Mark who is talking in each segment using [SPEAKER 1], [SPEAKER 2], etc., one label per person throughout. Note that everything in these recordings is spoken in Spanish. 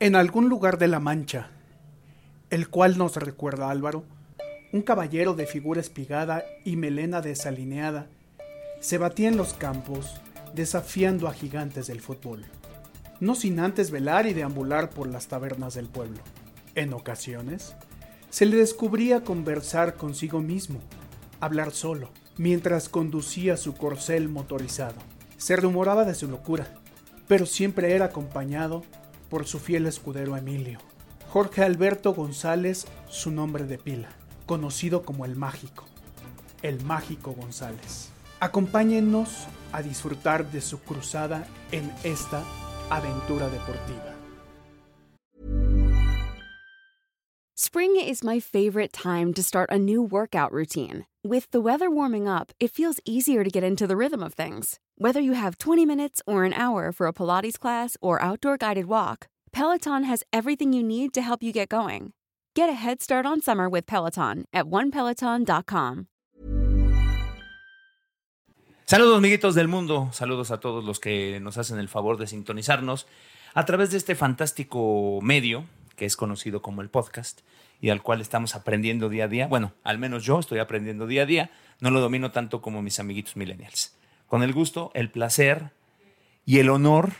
[SPEAKER 1] En algún lugar de la Mancha, el cual nos recuerda a Álvaro, un caballero de figura espigada y melena desalineada, se batía en los campos desafiando a gigantes del fútbol, no sin antes velar y deambular por las tabernas del pueblo. En ocasiones, se le descubría conversar consigo mismo, hablar solo, mientras conducía su corcel motorizado. Se rumoraba de su locura, pero siempre era acompañado por su fiel escudero Emilio, Jorge Alberto González, su nombre de pila, conocido como el Mágico, el Mágico González. Acompáñennos a disfrutar de su cruzada en esta aventura deportiva.
[SPEAKER 2] Spring is my favorite time to start a new workout routine. With the weather warming up, it feels easier to get into the rhythm of things. Whether you have 20 minutes or an hour for a Pilates class or outdoor guided walk, Peloton has everything you need to help you get going. Get a head start on summer with Peloton at onepeloton.com.
[SPEAKER 3] Saludos, amiguitos del mundo. Saludos a todos los que nos hacen el favor de sintonizarnos a través de este fantástico medio que es conocido como el podcast y al cual estamos aprendiendo día a día. Bueno, al menos yo estoy aprendiendo día a día. No lo domino tanto como mis amiguitos millennials. Con el gusto, el placer y el honor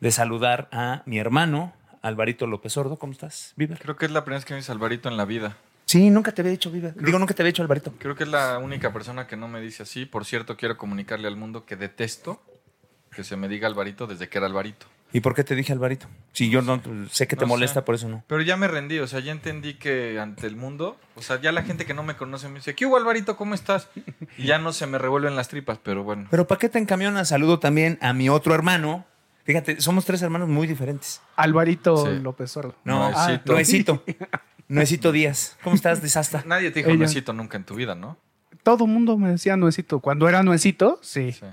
[SPEAKER 3] de saludar a mi hermano, Alvarito López Ordo. ¿Cómo estás, Viver?
[SPEAKER 4] Creo que es la primera vez que me dice Alvarito en la vida.
[SPEAKER 3] Sí, nunca te había dicho Viver. Digo, nunca te había dicho Alvarito.
[SPEAKER 4] Creo que es la única persona que no me dice así. Por cierto, quiero comunicarle al mundo que detesto que se me diga Alvarito desde que era Alvarito.
[SPEAKER 3] ¿Y por qué te dije Alvarito? Si yo no sé que te
[SPEAKER 4] No sé.
[SPEAKER 3] molesta, por eso no.
[SPEAKER 4] Pero ya me rendí, o sea, ya entendí que ante el mundo, o sea, ya la gente que no me conoce me dice, ¿qué hubo Alvarito? ¿Cómo estás? Y ya no se me revuelven las tripas, pero bueno.
[SPEAKER 3] Pero ¿para qué te encamionas? Saludo también a mi otro hermano. Fíjate, somos tres hermanos muy diferentes.
[SPEAKER 1] Alvarito
[SPEAKER 4] Sí.
[SPEAKER 1] López Sordo.
[SPEAKER 3] No,
[SPEAKER 4] Noecito.
[SPEAKER 1] Ah,
[SPEAKER 3] Noecito. Noecito Díaz. ¿Cómo estás, desasta?
[SPEAKER 4] Nadie te dijo
[SPEAKER 1] Ella.
[SPEAKER 4] besito nunca en tu vida, ¿no?
[SPEAKER 1] Todo mundo me decía nuecito. Cuando era nuecito, sí.
[SPEAKER 4] Sí.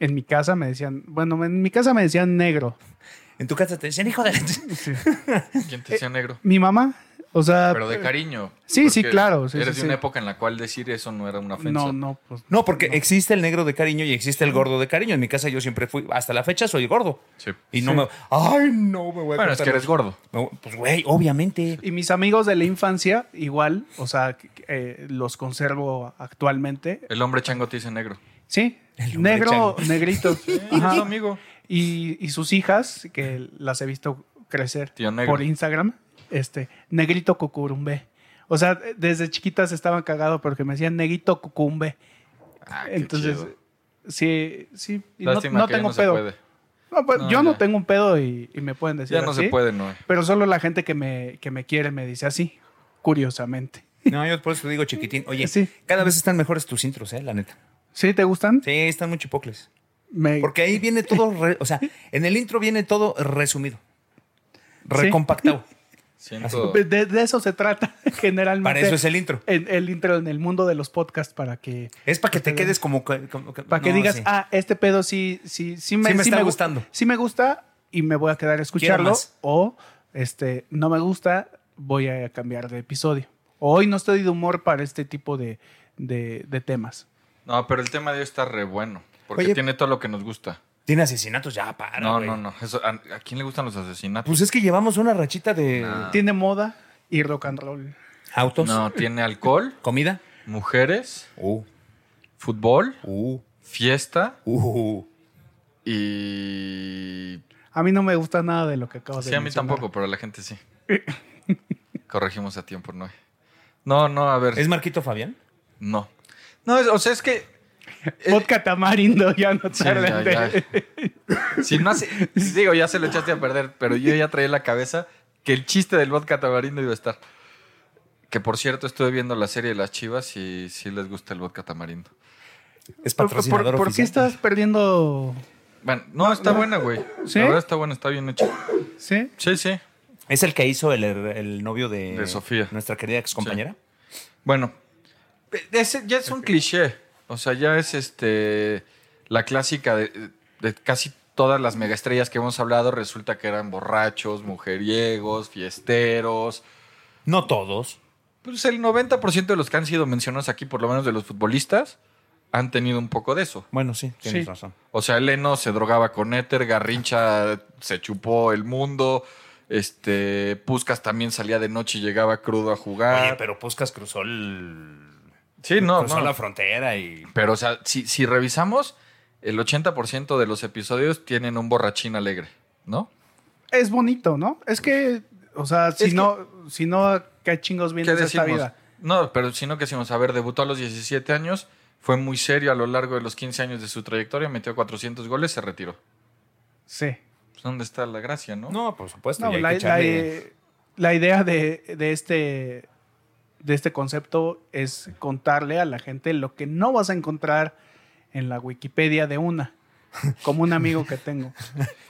[SPEAKER 1] En mi casa me decían, bueno, en mi casa me decían negro.
[SPEAKER 3] En tu casa te decían, hijo de la...
[SPEAKER 4] ¿Quién te decía negro?
[SPEAKER 1] Mi mamá, o sea,
[SPEAKER 4] Pero de cariño.
[SPEAKER 1] Eh, ah, Sí, sí,
[SPEAKER 4] porque
[SPEAKER 1] claro, sí,
[SPEAKER 4] eres
[SPEAKER 1] sí,
[SPEAKER 4] de una
[SPEAKER 1] sí.
[SPEAKER 4] época en la cual decir eso no era una ofensa.
[SPEAKER 1] no, no, pues
[SPEAKER 3] No, porque existe el negro de cariño y existe el gordo de cariño. En mi casa yo siempre fui, hasta la fecha soy gordo.
[SPEAKER 4] Sí.
[SPEAKER 3] Y no me... Ay, no me voy a
[SPEAKER 4] Bueno, es
[SPEAKER 3] cortar
[SPEAKER 4] que eres
[SPEAKER 3] los-
[SPEAKER 4] gordo.
[SPEAKER 3] Me- Pues, güey, obviamente.
[SPEAKER 1] Y mis amigos de la infancia, igual, o sea, que- que, eh, los conservo actualmente.
[SPEAKER 4] El hombre chango te dice negro.
[SPEAKER 1] Sí,
[SPEAKER 3] hombre
[SPEAKER 1] negro,
[SPEAKER 3] chango.
[SPEAKER 1] negrito.
[SPEAKER 4] Ajá.
[SPEAKER 1] Ajá.
[SPEAKER 4] amigo.
[SPEAKER 1] Y, y sus hijas, que las he visto crecer
[SPEAKER 4] Tío negro.
[SPEAKER 1] por Instagram, este, negrito cucurumbe. O sea, desde chiquitas estaban cagados porque me decían negrito cucumbe.
[SPEAKER 4] Ah, qué
[SPEAKER 1] Entonces,
[SPEAKER 4] chido.
[SPEAKER 1] sí, sí. y no,
[SPEAKER 4] Lástima
[SPEAKER 1] no
[SPEAKER 4] que ya
[SPEAKER 1] tengo
[SPEAKER 4] no se
[SPEAKER 1] pedo.
[SPEAKER 4] puede.
[SPEAKER 1] No, pues,
[SPEAKER 4] No,
[SPEAKER 1] yo no
[SPEAKER 4] ya.
[SPEAKER 1] tengo un pedo y, y me pueden decir
[SPEAKER 4] Ya no se
[SPEAKER 1] así,
[SPEAKER 4] puede, no.
[SPEAKER 1] Pero solo la gente que me, que me quiere me dice así, curiosamente.
[SPEAKER 3] No, yo por eso te digo chiquitín. Oye,
[SPEAKER 1] Sí.
[SPEAKER 3] cada vez están mejores tus intros, eh, la neta.
[SPEAKER 1] ¿Sí te gustan?
[SPEAKER 3] Sí, están muy chipocles.
[SPEAKER 1] Me-
[SPEAKER 3] Porque ahí viene todo, re- o sea, en el intro viene todo resumido. Recompactado.
[SPEAKER 4] Siento.
[SPEAKER 1] de, de eso se trata generalmente.
[SPEAKER 3] Para eso es el intro.
[SPEAKER 1] en- el intro en el mundo de los podcasts para que
[SPEAKER 3] Es para que te quedes como... que- como
[SPEAKER 1] para que
[SPEAKER 3] no,
[SPEAKER 1] digas,
[SPEAKER 3] sí.
[SPEAKER 1] ah, este pedo sí, sí, sí me,
[SPEAKER 3] Sí me está
[SPEAKER 1] gu-
[SPEAKER 3] gustando.
[SPEAKER 1] Sí me gusta y me voy a quedar a escucharlo.
[SPEAKER 3] más.
[SPEAKER 1] O este, no me gusta, voy a cambiar de episodio. O Hoy no estoy de humor para este tipo de, de- de temas.
[SPEAKER 4] No, pero el tema de hoy está re bueno. Porque
[SPEAKER 3] Oye.
[SPEAKER 4] tiene todo lo que nos gusta.
[SPEAKER 3] Tiene asesinatos, ya,
[SPEAKER 1] Ah,
[SPEAKER 3] para.
[SPEAKER 4] No,
[SPEAKER 3] güey.
[SPEAKER 4] no, no. Eso, ¿a, a quién le gustan los asesinatos?
[SPEAKER 3] Pues es que llevamos una rachita de
[SPEAKER 4] Ah.
[SPEAKER 1] Tiene moda y rock and roll.
[SPEAKER 3] autos,
[SPEAKER 4] No, tiene alcohol,
[SPEAKER 3] comida.
[SPEAKER 4] mujeres,
[SPEAKER 3] Uh,
[SPEAKER 4] fútbol,
[SPEAKER 3] uh,
[SPEAKER 4] fiesta
[SPEAKER 3] uh.
[SPEAKER 4] y.
[SPEAKER 1] A mí no me gusta nada de lo que acabas de
[SPEAKER 4] Sí, a mí
[SPEAKER 1] mencionar.
[SPEAKER 4] tampoco, pero a la gente sí. Corregimos a tiempo, no. No, no, a ver.
[SPEAKER 3] ¿Es Marquito Fabián?
[SPEAKER 4] No. No, es- o sea, es que.
[SPEAKER 1] Eh, Vodka tamarindo, ya no
[SPEAKER 4] Sí,
[SPEAKER 1] tardan de-
[SPEAKER 4] ya, ya. Si no hace- digo, ya se lo echaste a perder, pero yo ya traía en la cabeza que el chiste del vodka tamarindo iba a estar. Que por cierto, estuve viendo la serie de las chivas y sí les gusta el vodka tamarindo.
[SPEAKER 3] Es
[SPEAKER 1] ¿Por, por-
[SPEAKER 3] patrocinador
[SPEAKER 1] por qué
[SPEAKER 3] oficial.
[SPEAKER 1] estás perdiendo
[SPEAKER 4] Bueno, no, está buena, güey.
[SPEAKER 1] ¿Sí?
[SPEAKER 4] La verdad está buena, está bien hecha.
[SPEAKER 1] ¿Sí?
[SPEAKER 4] Sí, sí.
[SPEAKER 3] ¿Es el que hizo el, el novio de,
[SPEAKER 4] De Sofía.
[SPEAKER 3] nuestra querida excompañera?
[SPEAKER 4] Bueno, ese ya es un cliché. O sea, ya es este la clásica de, de casi todas las megaestrellas que hemos hablado. Resulta que eran borrachos, mujeriegos, fiesteros.
[SPEAKER 3] No todos.
[SPEAKER 4] Pues el 90% de los que han sido mencionados aquí, por lo menos de los futbolistas, han tenido un poco de eso.
[SPEAKER 3] Bueno, sí, tienes
[SPEAKER 1] Sí.
[SPEAKER 3] razón.
[SPEAKER 4] O sea, Leno se drogaba con éter, Garrincha se chupó el mundo, este Puskas también salía de noche y llegaba crudo a jugar.
[SPEAKER 3] Oye, pero pues, Puskas cruzó, el-
[SPEAKER 4] sí, Ah. no,
[SPEAKER 3] cruzó
[SPEAKER 4] no.
[SPEAKER 3] la frontera y
[SPEAKER 4] Pero, o sea, si, si revisamos, el 80% de los episodios tienen un borrachín alegre, ¿no?
[SPEAKER 1] Es bonito, ¿no? Es que, o sea, si
[SPEAKER 4] Es que-
[SPEAKER 1] no, si no, ¿qué chingos
[SPEAKER 4] ¿Qué
[SPEAKER 1] viene de esta
[SPEAKER 4] decimos?
[SPEAKER 1] vida?
[SPEAKER 4] No, pero si no, ¿qué decimos? A ver, debutó a los 17 años, fue muy serio a lo largo de los 15 años de su trayectoria, metió 400 goles, se retiró.
[SPEAKER 1] Sí.
[SPEAKER 4] Pues, ¿Dónde está la gracia, no?
[SPEAKER 3] No, por supuesto.
[SPEAKER 1] No,
[SPEAKER 3] y hay
[SPEAKER 1] la,
[SPEAKER 3] que echarle-
[SPEAKER 1] la- eh, la idea de, de este, de este concepto es contarle a la gente lo que no vas a encontrar en la Wikipedia de una, como un amigo que tengo.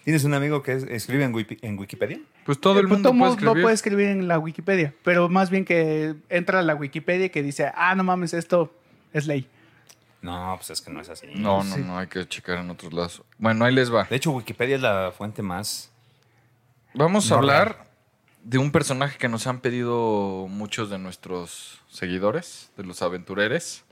[SPEAKER 3] ¿Tienes un amigo que es- escribe en, Wiki- en Wikipedia?
[SPEAKER 4] Pues todo el
[SPEAKER 1] Pues,
[SPEAKER 4] mundo puede
[SPEAKER 1] mundo
[SPEAKER 4] escribir.
[SPEAKER 1] lo puede escribir en la Wikipedia, pero más bien que entra a la Wikipedia y que dice, ah, no mames, esto es ley.
[SPEAKER 3] No, pues es que no es así.
[SPEAKER 4] No, no,
[SPEAKER 1] Sí.
[SPEAKER 4] no, hay que checar en otros lados. Bueno, ahí les va.
[SPEAKER 3] De hecho, Wikipedia es la fuente más.
[SPEAKER 4] Vamos a
[SPEAKER 3] No,
[SPEAKER 4] hablar de un personaje que nos han pedido muchos de nuestros seguidores, de los aventureres.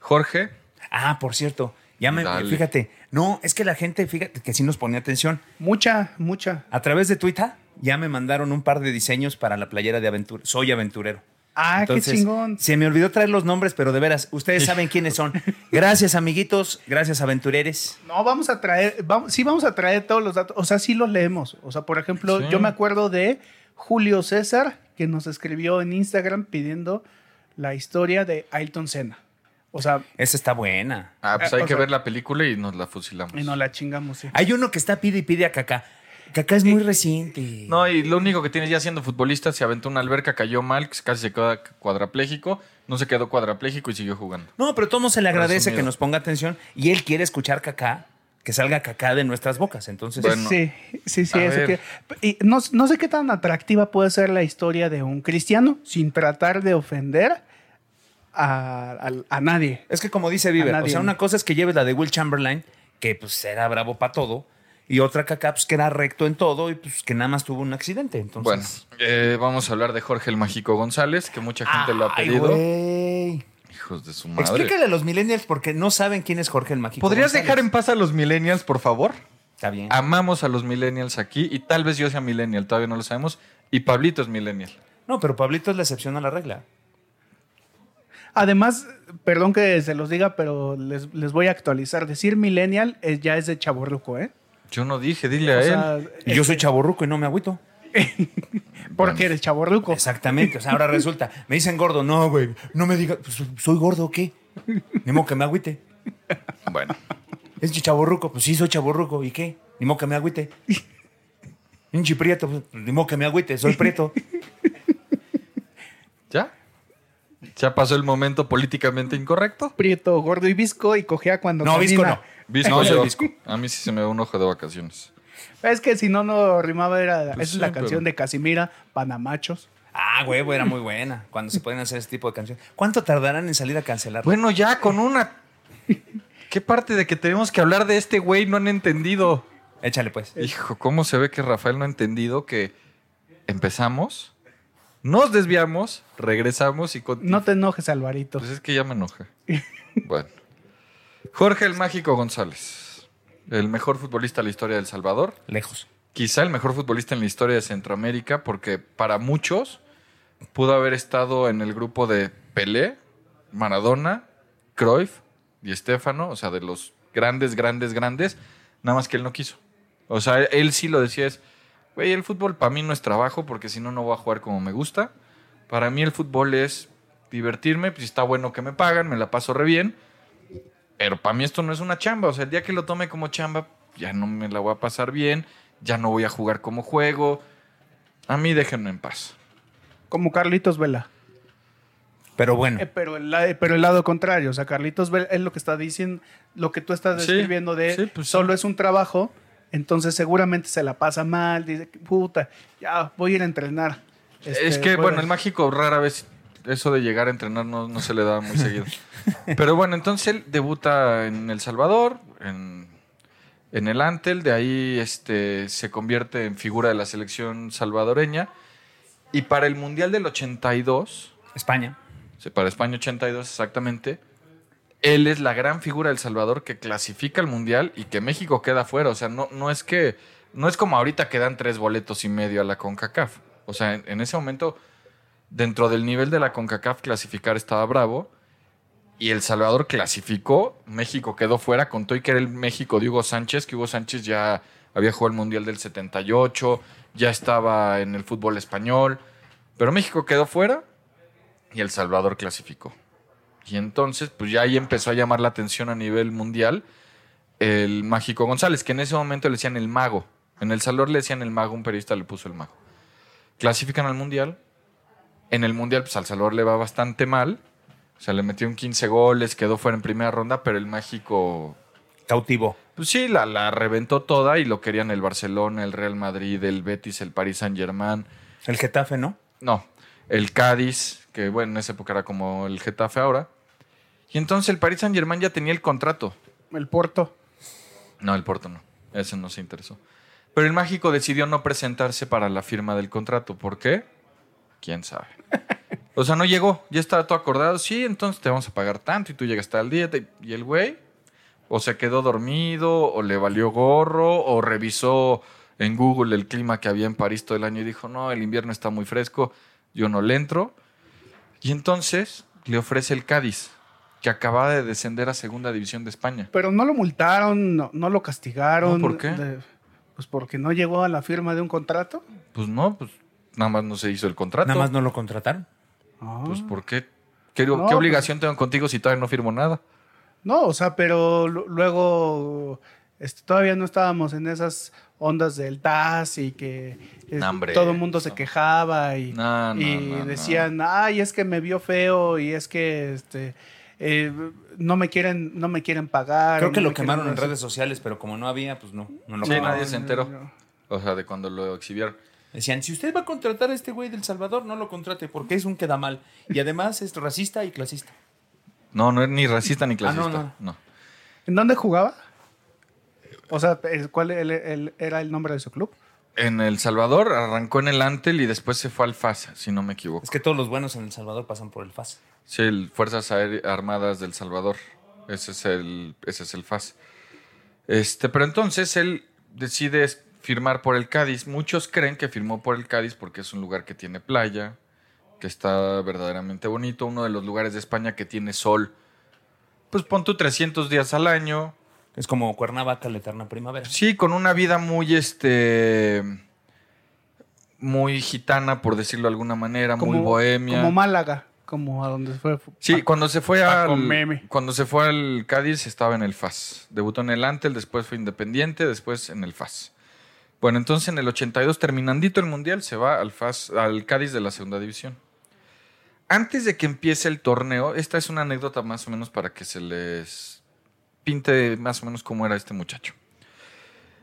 [SPEAKER 4] Jorge,
[SPEAKER 3] Ah, por cierto, ya me.
[SPEAKER 4] Dale.
[SPEAKER 3] Fíjate. No, es que la gente, fíjate que sí nos ponía atención.
[SPEAKER 1] Mucha, mucha.
[SPEAKER 3] A través de Twitter ya me mandaron un par de diseños para la playera de aventura. Soy aventurero.
[SPEAKER 1] Ah,
[SPEAKER 3] Entonces,
[SPEAKER 1] qué chingón.
[SPEAKER 3] Se me olvidó traer los nombres, pero de veras, ustedes saben quiénes son. Gracias, amiguitos. Gracias, aventureres.
[SPEAKER 1] No, vamos a traer, vamos, sí vamos a traer todos los datos, o sea, sí los leemos. O sea, por ejemplo,
[SPEAKER 4] Sí.
[SPEAKER 1] yo me acuerdo de Julio César, que nos escribió en Instagram pidiendo la historia de Ailton Senna. O sea,
[SPEAKER 3] Esa está buena.
[SPEAKER 4] ah, pues
[SPEAKER 1] Ah,
[SPEAKER 4] hay
[SPEAKER 1] o
[SPEAKER 4] que
[SPEAKER 1] sea-
[SPEAKER 4] ver la película y nos la fusilamos.
[SPEAKER 1] y nos la chingamos, sí.
[SPEAKER 3] Hay uno que está pide y pide a Cacá. Cacá es muy reciente.
[SPEAKER 4] No, y lo único que tiene ya siendo futbolista, se aventó una alberca, cayó mal, casi se quedó cuadrapléjico, no se quedó cuadrapléjico y siguió jugando.
[SPEAKER 3] No, pero todo se le agradece
[SPEAKER 4] Presumido.
[SPEAKER 3] que nos ponga atención y él quiere escuchar cacá, que salga cacá de nuestras bocas. Entonces,
[SPEAKER 4] Bueno.
[SPEAKER 1] Sí, sí, sí.
[SPEAKER 4] A
[SPEAKER 1] eso
[SPEAKER 4] ver.
[SPEAKER 1] que- y no, no sé qué tan atractiva puede ser la historia de un cristiano sin tratar de ofender a, a- a nadie.
[SPEAKER 3] es que como dice Bieber,
[SPEAKER 1] A
[SPEAKER 3] o
[SPEAKER 1] nadie.
[SPEAKER 3] sea, una cosa es que lleves la de Will Chamberlain, que pues era bravo para todo, y otra cacá, pues que era recto en todo y pues que nada más tuvo un accidente.
[SPEAKER 4] Bueno,
[SPEAKER 3] Entonces,
[SPEAKER 4] eh, vamos a hablar de Jorge el Mágico González, que mucha gente lo ha
[SPEAKER 3] Ay,
[SPEAKER 4] pedido.
[SPEAKER 3] güey.
[SPEAKER 4] Hijos de su madre.
[SPEAKER 3] Explícale a los millennials porque no saben quién es Jorge el Mágico.
[SPEAKER 4] ¿Podrías
[SPEAKER 3] González.
[SPEAKER 4] dejar en paz a los millennials, por favor?
[SPEAKER 3] Está bien.
[SPEAKER 4] Amamos a los millennials aquí y tal vez yo sea millennial, todavía no lo sabemos. Y Pablito es millennial.
[SPEAKER 3] No, pero Pablito es la excepción a la regla.
[SPEAKER 1] Además, perdón que se los diga, pero les, les voy a actualizar. Decir millennial es- ya es de chaborruco, ¿eh?
[SPEAKER 4] Yo no dije, dile
[SPEAKER 1] O
[SPEAKER 4] a él.
[SPEAKER 1] sea,
[SPEAKER 3] Y
[SPEAKER 4] Este-
[SPEAKER 3] yo soy chaborruco y no me agüito.
[SPEAKER 1] porque eres
[SPEAKER 4] Oh.
[SPEAKER 1] chaborruco.
[SPEAKER 3] Exactamente. O sea, ahora resulta, me dicen gordo, no, güey, no me digas, pues, soy gordo o qué. Ni modo que me agüite.
[SPEAKER 4] Bueno,
[SPEAKER 3] Es chaborruco, pues sí, soy chaborruco, ¿y qué? Ni modo que me agüite. Un chiprieto, pues, ni modo que me agüite, soy prieto.
[SPEAKER 4] ¿ya? ¿Ya pasó el momento políticamente incorrecto?
[SPEAKER 1] Prieto, gordo y visco y cogea cuando
[SPEAKER 3] No, visco
[SPEAKER 1] camina.
[SPEAKER 4] Visco
[SPEAKER 3] No, soy
[SPEAKER 4] yo.
[SPEAKER 3] visco.
[SPEAKER 4] A mí sí se me va un ojo de vacaciones.
[SPEAKER 1] Es que si no, no rimaba. Era, esa es
[SPEAKER 4] Pues sí,
[SPEAKER 1] la
[SPEAKER 4] pero-
[SPEAKER 1] canción de Casimira, Panamachos.
[SPEAKER 3] Ah, huevo, era muy buena. Cuando se pueden hacer este tipo de canciones. ¿Cuánto tardarán en salir a cancelar?
[SPEAKER 4] Bueno, ya, con una... ¿Qué parte de que tenemos que hablar de este güey no han entendido?
[SPEAKER 3] Échale, pues.
[SPEAKER 4] Hijo, ¿cómo se ve que Rafael no ha entendido que empezamos, nos desviamos, regresamos y continuamos?
[SPEAKER 1] No te enojes, Alvarito.
[SPEAKER 4] Pues es que ya me enojé. Bueno. Jorge el Mágico González. El mejor futbolista de la historia de El Salvador.
[SPEAKER 3] Lejos.
[SPEAKER 4] Quizá el mejor futbolista en la historia de Centroamérica, porque para muchos pudo haber estado en el grupo de Pelé, Maradona, Cruyff y Estefano, o sea, de los grandes, grandes, grandes, nada más que él no quiso. O sea, él sí lo decía es, güey, el fútbol para mí no es trabajo porque si no, no voy a jugar como me gusta. Para mí el fútbol es divertirme, pues está bueno que me pagan, me la paso re bien, pero para mí esto no es una chamba. O sea, el día que lo tome como chamba, ya no me la voy a pasar bien, ya no voy a jugar como juego. A mí déjenme en paz.
[SPEAKER 1] Como Carlitos Vela.
[SPEAKER 3] Pero bueno,
[SPEAKER 1] Eh, pero, el, la- eh, pero el lado contrario, o sea, Carlitos Vela es lo que está diciendo, lo que tú estás
[SPEAKER 4] Sí,
[SPEAKER 1] describiendo de
[SPEAKER 4] sí, pues sí.
[SPEAKER 1] solo es un trabajo, entonces seguramente se la pasa mal, dice, puta, ya voy a ir a entrenar. Este,
[SPEAKER 4] es que,
[SPEAKER 1] voy
[SPEAKER 4] bueno,
[SPEAKER 1] a-
[SPEAKER 4] el mágico rara vez eso de llegar a entrenar no, no se le da muy seguido. Pero bueno, entonces él debuta en El Salvador, en, en el Antel, de ahí este, se convierte en figura de la selección salvadoreña. Y para el Mundial del 82,
[SPEAKER 3] España.
[SPEAKER 4] o sea, para España 82 exactamente, él es la gran figura del Salvador que clasifica al Mundial y que México queda fuera. O sea, no, no es que. No es como ahorita que dan tres boletos y medio a la CONCACAF. O sea, en, en ese momento, dentro del nivel de la CONCACAF, clasificar estaba bravo. Y El Salvador clasificó, México quedó fuera, contó y que era el México de Hugo Sánchez, que Hugo Sánchez ya había jugado el Mundial del 78, ya estaba en el fútbol español, pero México quedó fuera y El Salvador clasificó. Y entonces, pues ya ahí empezó a llamar la atención a nivel mundial el Mágico González, que en ese momento le decían el mago. En El Salvador le decían el mago, un periodista le puso el mago. Clasifican al mundial. En el mundial, pues al Salvador le va bastante mal. O sea, le metieron 15 goles, quedó fuera en primera ronda, pero el Mágico,
[SPEAKER 3] Cautivo.
[SPEAKER 4] pues sí, la, la reventó toda y lo querían el Barcelona, el Real Madrid, el Betis, el Paris Saint-Germain.
[SPEAKER 3] El Getafe, ¿no?
[SPEAKER 4] No, el Cádiz, que bueno, en esa época era como el Getafe ahora. Y entonces el Paris Saint Germain ya tenía el contrato.
[SPEAKER 1] El Porto.
[SPEAKER 4] No, el Porto no. Ese no se interesó. Pero el Mágico decidió no presentarse para la firma del contrato. ¿Por qué? ¿Quién sabe? O sea, no llegó. Ya estaba todo acordado. Sí, entonces te vamos a pagar tanto y tú llegas tal día. te- Y el güey o se quedó dormido o le valió gorro o revisó en Google el clima que había en París todo el año y dijo, no, el invierno está muy fresco, yo no le entro. Y entonces le ofrece el Cádiz, que acababa de descender a Segunda División de España.
[SPEAKER 1] Pero no lo multaron, no, no lo castigaron.
[SPEAKER 4] No, ¿por qué?
[SPEAKER 1] de- pues porque no llegó a la firma de un contrato.
[SPEAKER 4] Pues no, pues nada más no se hizo el contrato.
[SPEAKER 3] Nada más no lo contrataron.
[SPEAKER 1] Ah.
[SPEAKER 4] Pues ¿por qué? ¿Qué,
[SPEAKER 1] No,
[SPEAKER 4] qué
[SPEAKER 1] pues-
[SPEAKER 4] obligación tengo contigo si todavía no firmo nada?
[SPEAKER 1] No, o sea, pero lu- luego este, todavía no estábamos en esas ondas del TAS y que es-
[SPEAKER 4] No, hombre,
[SPEAKER 1] todo el mundo se
[SPEAKER 4] no.
[SPEAKER 1] quejaba y,
[SPEAKER 4] No, no,
[SPEAKER 1] y
[SPEAKER 4] no, no.
[SPEAKER 1] decían, ay, es que me vio feo y es que este, eh, no, me quieren, no me quieren pagar.
[SPEAKER 3] Creo
[SPEAKER 1] o
[SPEAKER 3] que
[SPEAKER 1] no
[SPEAKER 3] lo
[SPEAKER 1] me quieren
[SPEAKER 3] quemaron en
[SPEAKER 1] hacer".
[SPEAKER 3] redes sociales, pero como no había, pues no. no lo
[SPEAKER 4] Sí,
[SPEAKER 3] quemaron.
[SPEAKER 4] nadie se enteró.
[SPEAKER 1] no.
[SPEAKER 4] O sea, de cuando lo exhibieron.
[SPEAKER 3] Decían, si usted va a contratar a este güey del Salvador, no lo contrate porque es un quedamal. Y además es racista y clasista.
[SPEAKER 4] No, no es ni racista ni clasista.
[SPEAKER 3] Ah, no, no.
[SPEAKER 4] no.
[SPEAKER 1] ¿En dónde jugaba? O sea, el- ¿cuál el- el- era el nombre de su club?
[SPEAKER 4] En El Salvador arrancó en el Antel y después se fue al FASA, si no me equivoco.
[SPEAKER 3] Es que todos los buenos en El Salvador pasan por el FAS.
[SPEAKER 4] Sí, el Fuerzas Aéreas Armadas del Salvador. Ese es el, ese es el FAS. Este, pero entonces él decide es- firmar por el Cádiz. Muchos creen que firmó por el Cádiz porque es un lugar que tiene playa, que está verdaderamente bonito, uno de los lugares de España que tiene sol. Pues pon tú 300 días al año.
[SPEAKER 3] Es como Cuernavaca, la eterna primavera.
[SPEAKER 4] Sí, con una vida muy este muy gitana, por decirlo de alguna manera, muy bohemia.
[SPEAKER 1] Como Málaga, como a donde fue.
[SPEAKER 4] Sí,
[SPEAKER 1] Pa-
[SPEAKER 4] cuando se fue
[SPEAKER 1] Paco
[SPEAKER 4] al
[SPEAKER 1] Meme.
[SPEAKER 4] cuando se fue al Cádiz estaba en el FAS. Debutó en el Antel, después fue Independiente, después en el FAS. Bueno, entonces en el 82 terminandito el mundial se va al FAS al Cádiz de la Segunda División. Antes de que empiece el torneo, esta es una anécdota más o menos para que se les pinte más o menos cómo era este muchacho.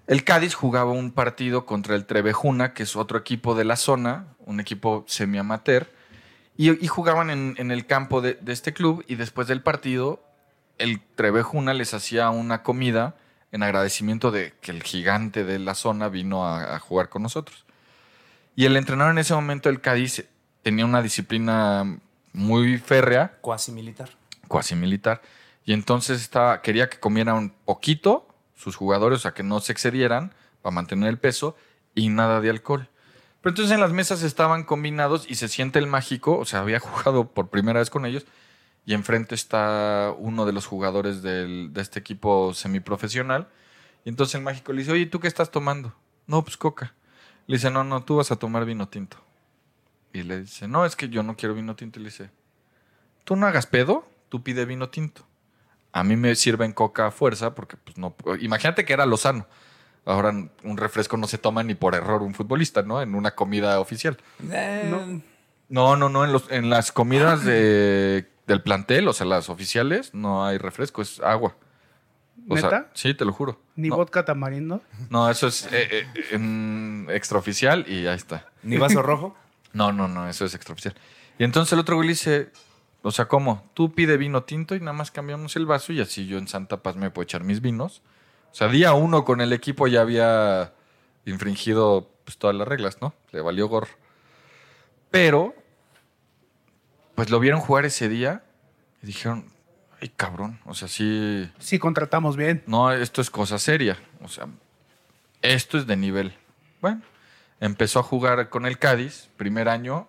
[SPEAKER 4] El Cádiz jugaba un partido contra el Trevejuna, que es otro equipo de la zona, un equipo semiamateur, y, y jugaban en, en el campo de, de este club y después del partido el Trevejuna les hacía una comida en agradecimiento de que el gigante de la zona vino a, a jugar con nosotros. Y el entrenador en ese momento, el Cádiz, tenía una disciplina muy férrea
[SPEAKER 3] Cuasi militar.
[SPEAKER 4] cuasi militar. Y entonces estaba, quería que comieran poquito sus jugadores, o sea, que no se excedieran para mantener el peso y nada de alcohol. Pero entonces en las mesas estaban combinados y se siente el mágico, o sea, había jugado por primera vez con ellos y enfrente está uno de los jugadores del- de este equipo semiprofesional. Y entonces el mágico le dice, oye, ¿tú qué estás tomando? No, pues coca. Le dice, no, no, tú vas a tomar vino tinto. Y le dice, no, es que yo no quiero vino tinto. Y le dice, tú no hagas pedo, tú pide vino tinto. A mí me sirven coca a fuerza porque, pues, no. Imagínate que era Lozano. Ahora un refresco no se toma ni por error un futbolista, ¿no? En una comida oficial.
[SPEAKER 3] Eh,
[SPEAKER 4] No, no, no. En, los, en las comidas de, del plantel, o sea, las oficiales, no hay refresco, es agua. O sea,
[SPEAKER 1] ¿Neta?
[SPEAKER 4] sí, te lo juro.
[SPEAKER 1] Ni
[SPEAKER 4] no,
[SPEAKER 1] vodka tamarindo.
[SPEAKER 4] no, eso es eh, eh, en extraoficial y ya está.
[SPEAKER 3] ¿Ni vaso rojo?
[SPEAKER 4] No, no, no, eso es extraoficial. Y entonces el otro güey le dice, o sea, ¿cómo? Tú pide vino tinto y nada más cambiamos el vaso y así yo en Santa Paz me puedo echar mis vinos. O sea, día uno con el equipo ya había infringido pues, todas las reglas, ¿no? Le valió gorro. Pero, pues lo vieron jugar ese día y dijeron, ay cabrón, o sea, sí,
[SPEAKER 1] Sí, contratamos bien.
[SPEAKER 4] no, esto es cosa seria. O sea, esto es de nivel. Bueno, empezó a jugar con el Cádiz, primer año,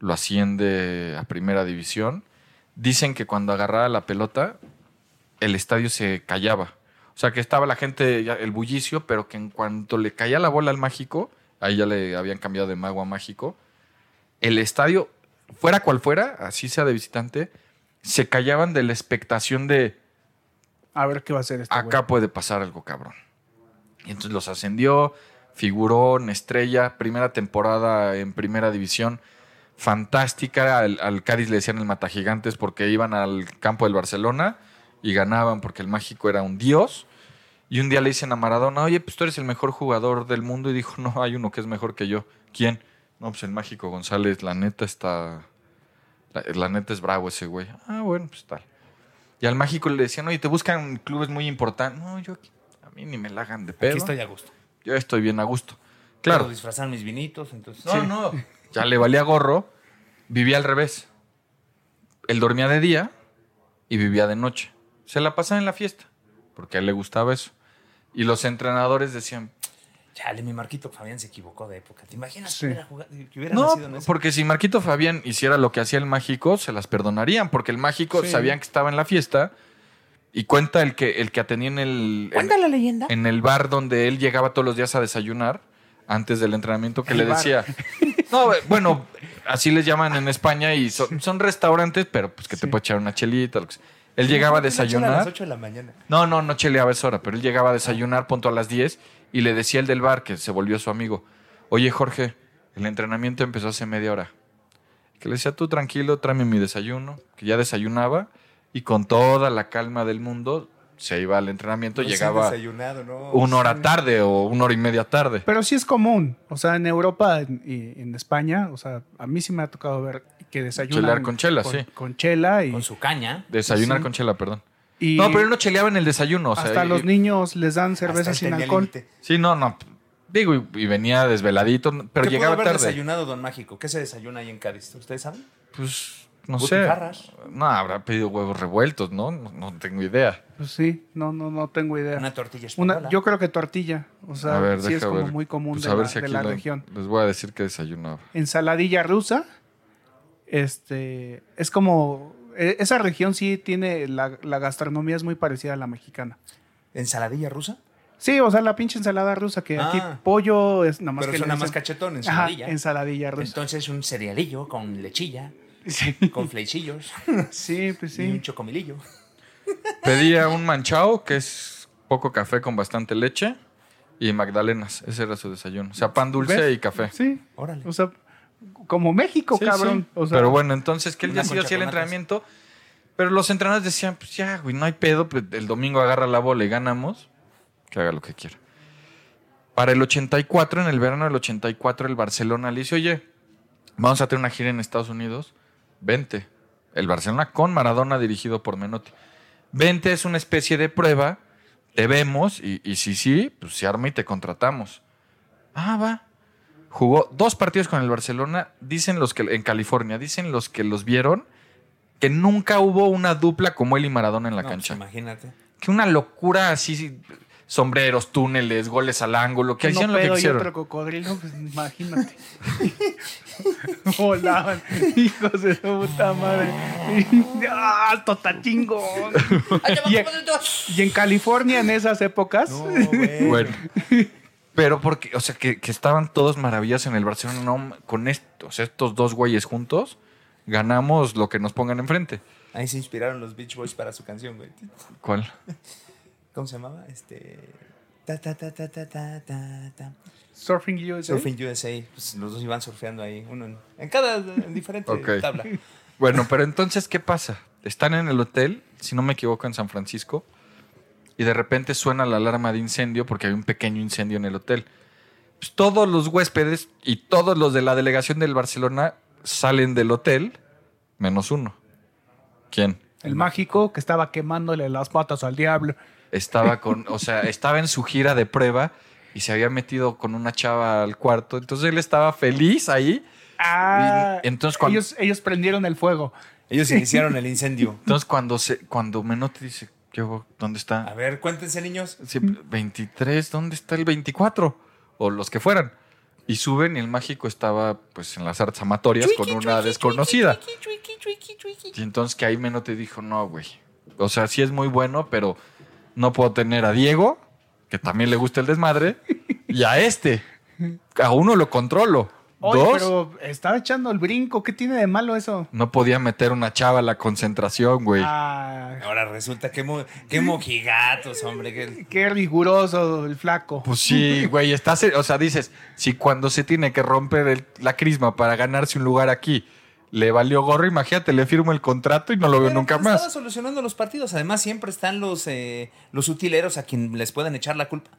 [SPEAKER 4] lo asciende a primera división. Dicen que cuando agarraba la pelota, el estadio se callaba. O sea, que estaba la gente, ya- el bullicio, pero que en cuanto le caía la bola al mágico, ahí ya le habían cambiado de mago a mágico, el estadio, fuera cual fuera, así sea de visitante, se callaban de la expectación de
[SPEAKER 1] A ver qué va a hacer este güey.
[SPEAKER 4] acá puede pasar algo cabrón. Y entonces los ascendió, figurón, estrella, primera temporada en primera división, fantástica. Al, al Cádiz le decían el Matagigantes porque iban al campo del Barcelona y ganaban porque el mágico era un dios. Y un día le dicen a Maradona, oye, pues tú eres el mejor jugador del mundo. Y dijo, no, hay uno que es mejor que yo. ¿Quién? No, pues el mágico González, la neta está... La, la neta es bravo ese güey. Ah, bueno, pues tal. Y al mágico le decían, oye, te buscan clubes muy importantes. No, yo aquí- a mí ni me la hagan de pedo.
[SPEAKER 3] Aquí estoy a gusto.
[SPEAKER 4] Yo estoy bien a gusto.
[SPEAKER 3] Puedo
[SPEAKER 4] Claro.
[SPEAKER 3] disfrazar mis vinitos, entonces...
[SPEAKER 4] No,
[SPEAKER 3] Sí.
[SPEAKER 4] no. Ya le valía gorro. Vivía al revés. Él dormía de día y vivía de noche. Se la pasaba en la fiesta, porque a él le gustaba eso. Y los entrenadores decían,
[SPEAKER 3] Chale, mi Marquito Fabián se equivocó de época. ¿Te imaginas
[SPEAKER 1] Sí.
[SPEAKER 3] que hubiera, jugado- que hubiera
[SPEAKER 4] no,
[SPEAKER 3] nacido en esa
[SPEAKER 4] porque si Marquito Fabián hiciera lo que hacía el mágico, se las perdonarían, porque el mágico
[SPEAKER 1] Sí.
[SPEAKER 4] sabían que estaba en la fiesta y cuenta el que, el que atendía en el... en-
[SPEAKER 3] Cuenta la leyenda.
[SPEAKER 4] en el bar donde él llegaba todos los días a desayunar antes del entrenamiento que
[SPEAKER 1] El
[SPEAKER 4] le
[SPEAKER 1] bar.
[SPEAKER 4] decía. No, eh, bueno, así les llaman en España y son, son restaurantes, pero pues que te puede echar una chelita. lo que sea. Él llegaba a
[SPEAKER 3] A las
[SPEAKER 4] desayunar.
[SPEAKER 3] 8 de la mañana.
[SPEAKER 4] No, no, no cheleaba esa hora, pero él
[SPEAKER 1] Ah.
[SPEAKER 4] llegaba a desayunar punto a las 10 y le decía el del bar, que se volvió su amigo, oye Jorge, el entrenamiento empezó hace media hora. Que le decía, tú tranquilo, tráeme mi desayuno, que ya desayunaba y con toda la calma del mundo se iba al entrenamiento,
[SPEAKER 1] Pues
[SPEAKER 3] No se ha
[SPEAKER 4] llegaba
[SPEAKER 3] desayunado, ¿no?
[SPEAKER 4] una hora tarde o una hora y media tarde.
[SPEAKER 1] Pero sí es común. O sea, en Europa en- y en España, o sea, a mí sí me ha tocado ver que desayunan.
[SPEAKER 4] Chelar con chela, sí.
[SPEAKER 1] Con chela y.
[SPEAKER 3] Con su caña.
[SPEAKER 4] Desayunar
[SPEAKER 1] Sí.
[SPEAKER 4] con chela, perdón.
[SPEAKER 1] y
[SPEAKER 4] No, pero él no cheleaba en el desayuno. O sea,
[SPEAKER 1] hasta
[SPEAKER 4] y-
[SPEAKER 1] los niños les dan cerveza
[SPEAKER 3] hasta
[SPEAKER 1] sin
[SPEAKER 3] tenía
[SPEAKER 1] alcohol.
[SPEAKER 3] límite.
[SPEAKER 4] Sí, no, no. Digo, y, y venía desveladito, pero
[SPEAKER 3] ¿Qué pudo
[SPEAKER 4] llegaba
[SPEAKER 3] haber
[SPEAKER 4] tarde.
[SPEAKER 3] desayunado Don Mágico? ¿Qué se desayuna ahí en Cádiz? ¿Ustedes saben?
[SPEAKER 4] Pues, no sé.
[SPEAKER 3] Butifarras.
[SPEAKER 4] No, habrá pedido huevos revueltos, ¿no? No, no tengo idea.
[SPEAKER 1] Pues sí, no, no, no tengo idea.
[SPEAKER 3] Una tortilla española.
[SPEAKER 1] Una, yo creo que tortilla. O sea,
[SPEAKER 4] a ver,
[SPEAKER 1] sí es
[SPEAKER 4] deja
[SPEAKER 1] como
[SPEAKER 4] ver.
[SPEAKER 1] muy común
[SPEAKER 4] Pues
[SPEAKER 1] de
[SPEAKER 4] a
[SPEAKER 1] la,
[SPEAKER 4] ver si
[SPEAKER 1] de
[SPEAKER 4] aquí
[SPEAKER 1] la
[SPEAKER 4] lo-
[SPEAKER 1] región.
[SPEAKER 4] Les voy a decir que desayunaba.
[SPEAKER 1] Ensaladilla rusa. Este. Es como. e- Esa región sí tiene. La, la gastronomía es muy parecida a la mexicana.
[SPEAKER 3] ¿Ensaladilla rusa?
[SPEAKER 1] Sí, o sea, la pinche ensalada rusa que aquí
[SPEAKER 3] Ah.
[SPEAKER 1] pollo es nada más
[SPEAKER 3] Pero
[SPEAKER 1] que. le
[SPEAKER 3] suena más
[SPEAKER 1] dicen-
[SPEAKER 3] cachetón,
[SPEAKER 1] Ajá,
[SPEAKER 3] ensaladilla.
[SPEAKER 1] ensaladilla rusa.
[SPEAKER 3] ¿eh? Entonces un cerealillo con lechilla, con flechillos
[SPEAKER 1] sí, pues
[SPEAKER 3] y un
[SPEAKER 1] sí.
[SPEAKER 3] chocomilillo.
[SPEAKER 4] Pedía un manchao, que es poco café con bastante leche, y magdalenas. Ese era su desayuno. O sea, pan dulce
[SPEAKER 1] ¿Ves?
[SPEAKER 4] y café.
[SPEAKER 1] Sí.
[SPEAKER 3] Órale.
[SPEAKER 1] O sea, como México,
[SPEAKER 4] Sí,
[SPEAKER 1] cabrón.
[SPEAKER 4] sí.
[SPEAKER 1] O sea,
[SPEAKER 4] pero bueno, entonces que él
[SPEAKER 3] Una
[SPEAKER 4] ya sí
[SPEAKER 3] concha
[SPEAKER 4] hacía el
[SPEAKER 3] con latas.
[SPEAKER 4] entrenamiento. Pero los entrenadores decían, pues ya, güey, no hay pedo. pues, el domingo agarra la bola y ganamos. Que haga lo que quiera. Para el 84, en el verano del 84, el Barcelona le dice, oye, vamos a tener una gira en Estados Unidos. Vente. El Barcelona con Maradona dirigido por Menotti. Vente es una especie de prueba. Te vemos y, y si sí, pues se arma y te contratamos. Ah, va. Jugó dos partidos con el Barcelona, dicen los que en California, dicen los que los vieron que nunca hubo una dupla como él y Maradona en la
[SPEAKER 3] No, pues,
[SPEAKER 4] cancha.
[SPEAKER 3] imagínate.
[SPEAKER 4] que una locura así, sombreros, túneles, goles al ángulo, que
[SPEAKER 1] uno
[SPEAKER 4] hicieron lo que
[SPEAKER 1] pedo y
[SPEAKER 4] quisieron.
[SPEAKER 1] otro cocodrilo, pues imagínate. Volaban, hijos de su puta madre. ¡Ah, esto está chingón! y, en- y en California, en esas épocas,
[SPEAKER 4] Bueno. Pero porque, o sea, que, que estaban todos maravillas en el Barcelona, no, con estos, estos dos güeyes juntos, ganamos lo que nos pongan enfrente.
[SPEAKER 3] Ahí se inspiraron los Beach Boys para su canción, güey.
[SPEAKER 4] ¿Cuál?
[SPEAKER 3] ¿Cómo se llamaba? Este. Ta, ta, ta, ta, ta, ta, ta, ta.
[SPEAKER 1] Surfing USA.
[SPEAKER 3] Surfing USA, pues los dos iban surfeando ahí, uno en, en cada en diferente
[SPEAKER 4] Ok.
[SPEAKER 3] tabla.
[SPEAKER 4] Bueno, pero entonces, ¿qué pasa? Están en el hotel, si no me equivoco, en San Francisco, y de repente suena la alarma de incendio porque hay un pequeño incendio en el hotel. Pues todos los huéspedes y todos los de la delegación del Barcelona salen del hotel, menos uno. ¿Quién?
[SPEAKER 1] El mágico que estaba quemándole las patas al diablo.
[SPEAKER 4] Estaba con, o sea, estaba en su gira de prueba y se había metido con una chava al cuarto. Entonces él estaba feliz ahí.
[SPEAKER 1] Ah,
[SPEAKER 4] Y entonces cuando-
[SPEAKER 1] ellos, ellos prendieron el fuego.
[SPEAKER 3] Ellos iniciaron el incendio.
[SPEAKER 4] Entonces cuando se, cuando Menotti dice, ¿qué hubo? ¿Dónde está?
[SPEAKER 3] A ver, cuéntense, niños.
[SPEAKER 4] Sí, 23, ¿dónde está el 24? O los que fueran. Y suben y el mágico estaba pues en las artes amatorias con una desconocida. Y entonces que ahí Menotti dijo, no, güey. O sea, sí es muy bueno, pero no puedo tener a Diego, que también le gusta el desmadre, y a este. A uno lo controlo.
[SPEAKER 1] Oye,
[SPEAKER 4] Dos,
[SPEAKER 1] pero estaba echando el brinco. ¿Qué tiene de malo eso?
[SPEAKER 4] no podía meter una chava a la concentración, güey.
[SPEAKER 1] Ah,
[SPEAKER 3] Ahora resulta que, mo- que mojigatos, hombre. que-
[SPEAKER 1] qué riguroso el flaco.
[SPEAKER 4] Pues sí, güey, estás, o sea, dices, si cuando se tiene que romper el- la crisma para ganarse un lugar aquí, le valió gorro, imagínate, le firmo el contrato y no lo veo
[SPEAKER 3] Pero
[SPEAKER 4] nunca
[SPEAKER 3] pues Estaba
[SPEAKER 4] más.
[SPEAKER 3] solucionando los partidos. Además, siempre están los, eh, los utileros a quien les puedan echar la culpa.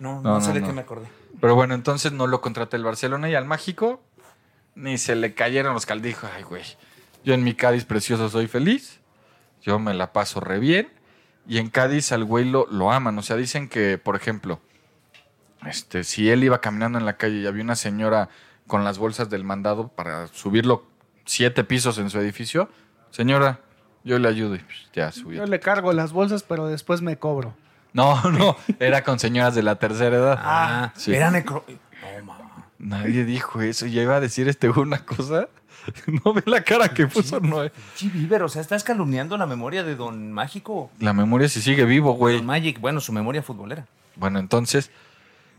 [SPEAKER 3] No, no,
[SPEAKER 4] No,
[SPEAKER 3] sé
[SPEAKER 4] no,
[SPEAKER 3] de
[SPEAKER 4] no.
[SPEAKER 3] qué me acordé.
[SPEAKER 4] Pero bueno, entonces no lo contrata el Barcelona y al mágico ni se le cayeron los caldijos. Ay, güey, yo en mi Cádiz precioso soy feliz, yo me la paso re bien y en Cádiz al güey lo, lo aman. O sea, dicen que, por ejemplo, este, si él iba caminando en la calle y había una señora con las bolsas del mandado para subirlo siete pisos en su edificio, señora, yo le ayudo y pues, ya subí.
[SPEAKER 1] Yo le cargo las bolsas, pero después me cobro.
[SPEAKER 4] No, no, era con señoras de la tercera edad.
[SPEAKER 3] Ah,
[SPEAKER 4] sí.
[SPEAKER 3] era necro. No, ma.
[SPEAKER 4] Nadie dijo eso. Ya iba a decir este güey una cosa. No ve la cara que puso eh. Noé.
[SPEAKER 3] Sí, Bieber, o sea, estás calumniando la memoria de Don Mágico.
[SPEAKER 4] La memoria sí sigue vivo, güey.
[SPEAKER 3] Don Magic, bueno, su memoria futbolera.
[SPEAKER 4] Bueno, entonces,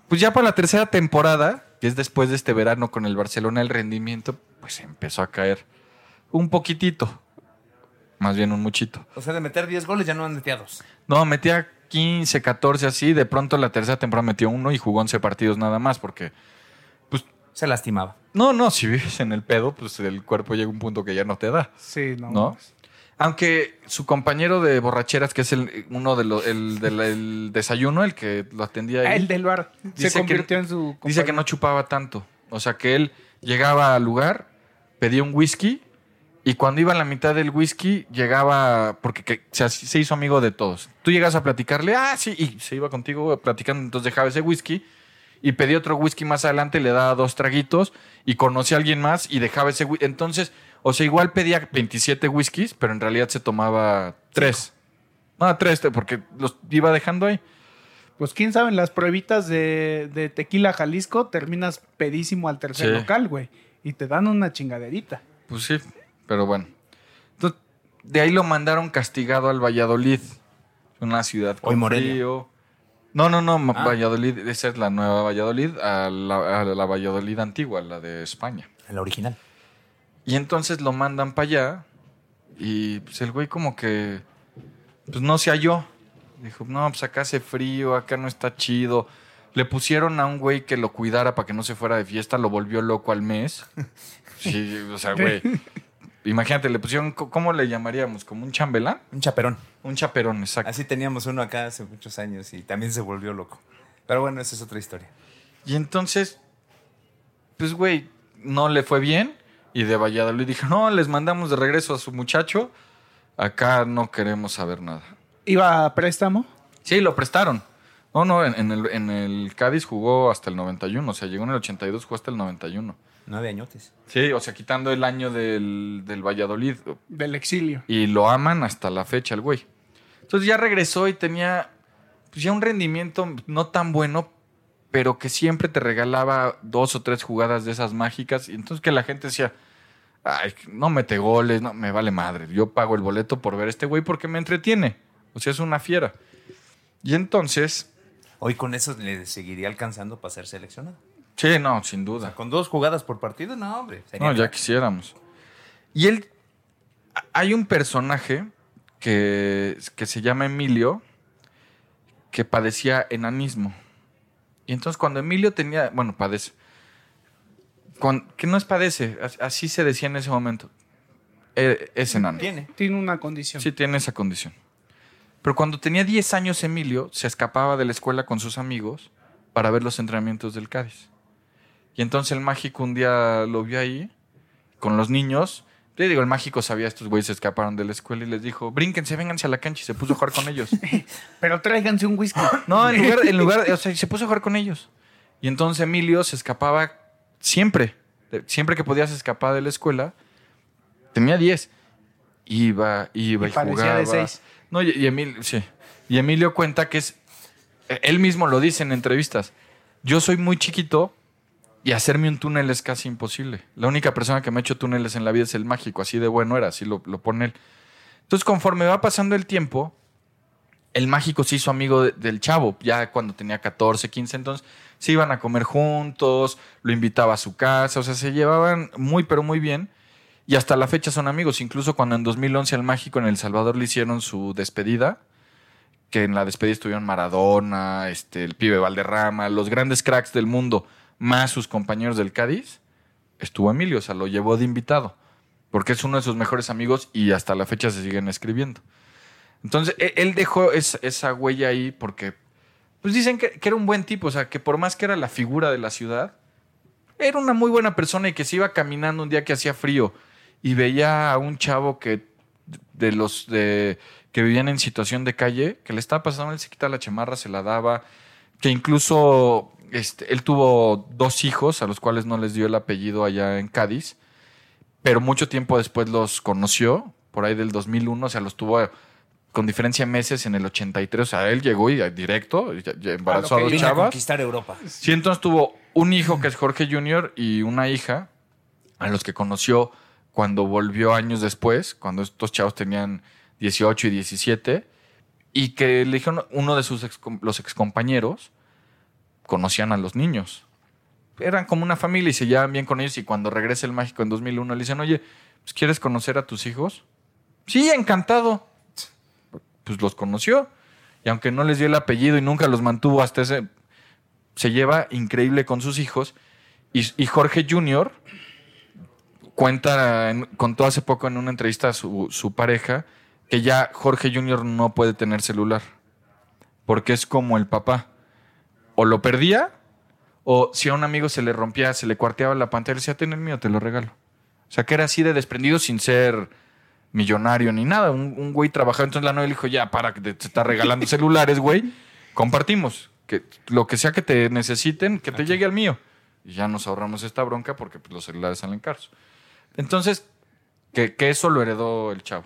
[SPEAKER 4] pues ya para la tercera temporada, que es después de este verano con el Barcelona, el rendimiento pues empezó a caer un poquitito. Más bien un muchito.
[SPEAKER 3] O sea, de meter 10 goles ya no han metido dos.
[SPEAKER 4] No, metía 15, 14 así. De pronto la tercera temporada metió uno y jugó 11 partidos nada más porque...
[SPEAKER 3] Se lastimaba.
[SPEAKER 4] No, no, si vives en el pedo, pues el cuerpo llega a un punto que ya no te da.
[SPEAKER 1] Sí, no.
[SPEAKER 4] ¿no? Aunque su compañero de borracheras, que es el, uno de los el, del el desayuno, el que lo atendía ahí,
[SPEAKER 1] Ah, El del bar
[SPEAKER 4] Dice
[SPEAKER 1] se
[SPEAKER 4] que-
[SPEAKER 1] convirtió en su.
[SPEAKER 4] dice que no chupaba tanto. O sea, que él llegaba al lugar, pedía un whisky y cuando iba a la mitad del whisky llegaba, porque que- o sea, se hizo amigo de todos. Tú llegas a platicarle, ah, sí, y se iba contigo platicando, entonces dejaba ese whisky y pedía otro whisky más adelante, le daba dos traguitos y conocía a alguien más y dejaba ese whisky. Entonces, o sea, igual pedía 27 whiskies, pero en realidad se tomaba tres. No, tres, te- porque los iba dejando ahí.
[SPEAKER 1] Pues quién sabe, en las pruebitas de, de Tequila Jalisco terminas pedísimo al tercer
[SPEAKER 4] Sí.
[SPEAKER 1] local, güey. Y te dan una chingaderita.
[SPEAKER 4] Pues sí, pero bueno. Entonces, de ahí lo mandaron castigado al Valladolid, una ciudad
[SPEAKER 3] Hoy
[SPEAKER 4] con
[SPEAKER 3] Morelia.
[SPEAKER 4] frío. No, no, no, ma-
[SPEAKER 3] Ah.
[SPEAKER 4] Valladolid, esa es la nueva Valladolid, a la, a la Valladolid antigua, la de España.
[SPEAKER 3] En la original.
[SPEAKER 4] Y entonces lo mandan para allá y pues el güey como que pues no se halló. Dijo, no, pues acá hace frío, acá no está chido. Le pusieron a un güey que lo cuidara para que no se fuera de fiesta, lo volvió loco al mes. Sí, o sea, güey. Imagínate, le pusieron, co- ¿cómo le llamaríamos? ¿Como un chambelán?
[SPEAKER 3] Un chaperón.
[SPEAKER 4] Un chaperón, exacto.
[SPEAKER 3] Así teníamos uno acá hace muchos años y también se volvió loco. Pero bueno, esa es otra historia.
[SPEAKER 4] Y entonces, pues, güey, no le fue bien. Y de Valladolid dijo, no, les mandamos de regreso a su muchacho. Acá no queremos saber nada.
[SPEAKER 1] Iba a préstamo.
[SPEAKER 4] Sí, lo prestaron. No, no, en, en el, en el Cádiz jugó hasta el 91. O sea, llegó en el 82, jugó hasta el 91.
[SPEAKER 3] Nueve añotes.
[SPEAKER 4] Sí, o sea, quitando el año del, del Valladolid.
[SPEAKER 1] Del exilio.
[SPEAKER 4] Y lo aman hasta la fecha el güey. Entonces ya regresó y tenía pues, ya un rendimiento no tan bueno, pero que siempre te regalaba dos o tres jugadas de esas mágicas. Y entonces que la gente decía, ay, no mete goles, no, me vale madre. Yo pago el boleto por ver a este güey porque me entretiene. O sea, es una fiera. Y entonces...
[SPEAKER 3] Hoy con eso le seguiría alcanzando para ser seleccionado.
[SPEAKER 4] Sí, no, sin
[SPEAKER 3] O sea,
[SPEAKER 4] duda.
[SPEAKER 3] con dos jugadas por partido, no, hombre. sería
[SPEAKER 4] No, ya
[SPEAKER 3] crack.
[SPEAKER 4] quisiéramos. Y él. a- Hay un personaje que, que se llama Emilio que padecía enanismo. Y entonces cuando Emilio tenía, bueno, padece. Cuan- que no es padece, as- así se decía en ese momento. Eh, es enano.
[SPEAKER 3] Tiene.
[SPEAKER 1] Tiene una condición.
[SPEAKER 4] Sí, tiene esa condición. Pero cuando tenía 10 años Emilio, se escapaba de la escuela con sus amigos para ver los entrenamientos del Cádiz. Y entonces el mágico un día lo vio ahí con los niños. Yo digo, el mágico sabía, estos güeyes se escaparon de la escuela y les dijo, brínquense, vénganse a la cancha y se puso a jugar con ellos.
[SPEAKER 1] Pero tráiganse un whisky.
[SPEAKER 4] No, en lugar, en lugar, o sea, se puso a jugar con ellos. Y entonces Emilio se escapaba siempre. De- Siempre que podía se escapaba de la escuela. Tenía 10. Iba, iba y,
[SPEAKER 1] Y parecía
[SPEAKER 4] jugaba.
[SPEAKER 1] de seis.
[SPEAKER 4] No, y, y Emilio, sí. Y Emilio cuenta que es. eh, Él mismo lo dice en entrevistas. Yo soy muy chiquito y hacerme un túnel es casi imposible. La única persona que me ha hecho túneles en la vida es el mágico. Así de bueno era, así lo, lo pone él. Entonces, conforme va pasando el tiempo, el mágico se hizo amigo de- del chavo, ya cuando tenía 14, 15, entonces se iban a comer juntos, lo invitaba a su casa, o sea, se llevaban muy, pero muy bien. Y hasta la fecha son amigos, incluso cuando en 2011 al mágico en El Salvador le hicieron su despedida, que en la despedida estuvieron Maradona, este, el pibe Valderrama, los grandes cracks del mundo, más sus compañeros del Cádiz, estuvo Emilio, o sea, lo llevó de invitado, porque es uno de sus mejores amigos y hasta la fecha se siguen escribiendo. Entonces, e- él dejó es- esa huella ahí porque, pues dicen que, que era un buen tipo, o sea, que por más que era la figura de la ciudad, era una muy buena persona y que se iba caminando un día que hacía frío y veía a un chavo que de los de, que vivían en situación de calle, que le estaba pasando, él se quitaba la chamarra, se la daba, que incluso este, él tuvo dos hijos a los cuales no les dio el apellido allá en Cádiz, pero mucho tiempo después los conoció, por ahí del 2001, o sea, los tuvo con diferencia de meses en el 83, o sea, él llegó y directo, y ya- ya embarazó a,
[SPEAKER 1] que
[SPEAKER 4] dos
[SPEAKER 3] Viene a
[SPEAKER 4] chavas.
[SPEAKER 3] conquistar Europa.
[SPEAKER 4] Sí, entonces tuvo un hijo que es Jorge Jr. y una hija a los que conoció cuando volvió años después, cuando estos chavos tenían 18 y 17, y que le dijeron uno de sus ex- los excompañeros conocían a los niños. Eran como una familia y se llevaban bien con ellos y cuando regresa el mágico en 2001 le dicen, oye, pues, ¿quieres conocer a tus hijos? Sí, encantado. Pues los conoció. Y aunque no les dio el apellido y nunca los mantuvo hasta ese, se lleva increíble con sus hijos. Y, y Jorge Jr. cuenta, en- contó hace poco en una entrevista a su, su pareja que ya Jorge Jr. no puede tener celular. Porque es como el papá. O lo perdía, o si a un amigo se le rompía, se le cuarteaba la pantalla, le decía, ten el mío, te lo regalo. O sea, que era así de desprendido sin ser millonario ni nada. Un, un güey trabajaba. Entonces la novia le dijo, ya, para, que te, te está regalando celulares, güey. Compartimos. Que, lo que sea que te necesiten, que te llegue al mío. Y ya nos ahorramos esta bronca porque pues, los celulares salen caros. Entonces, que, que eso lo heredó el chavo.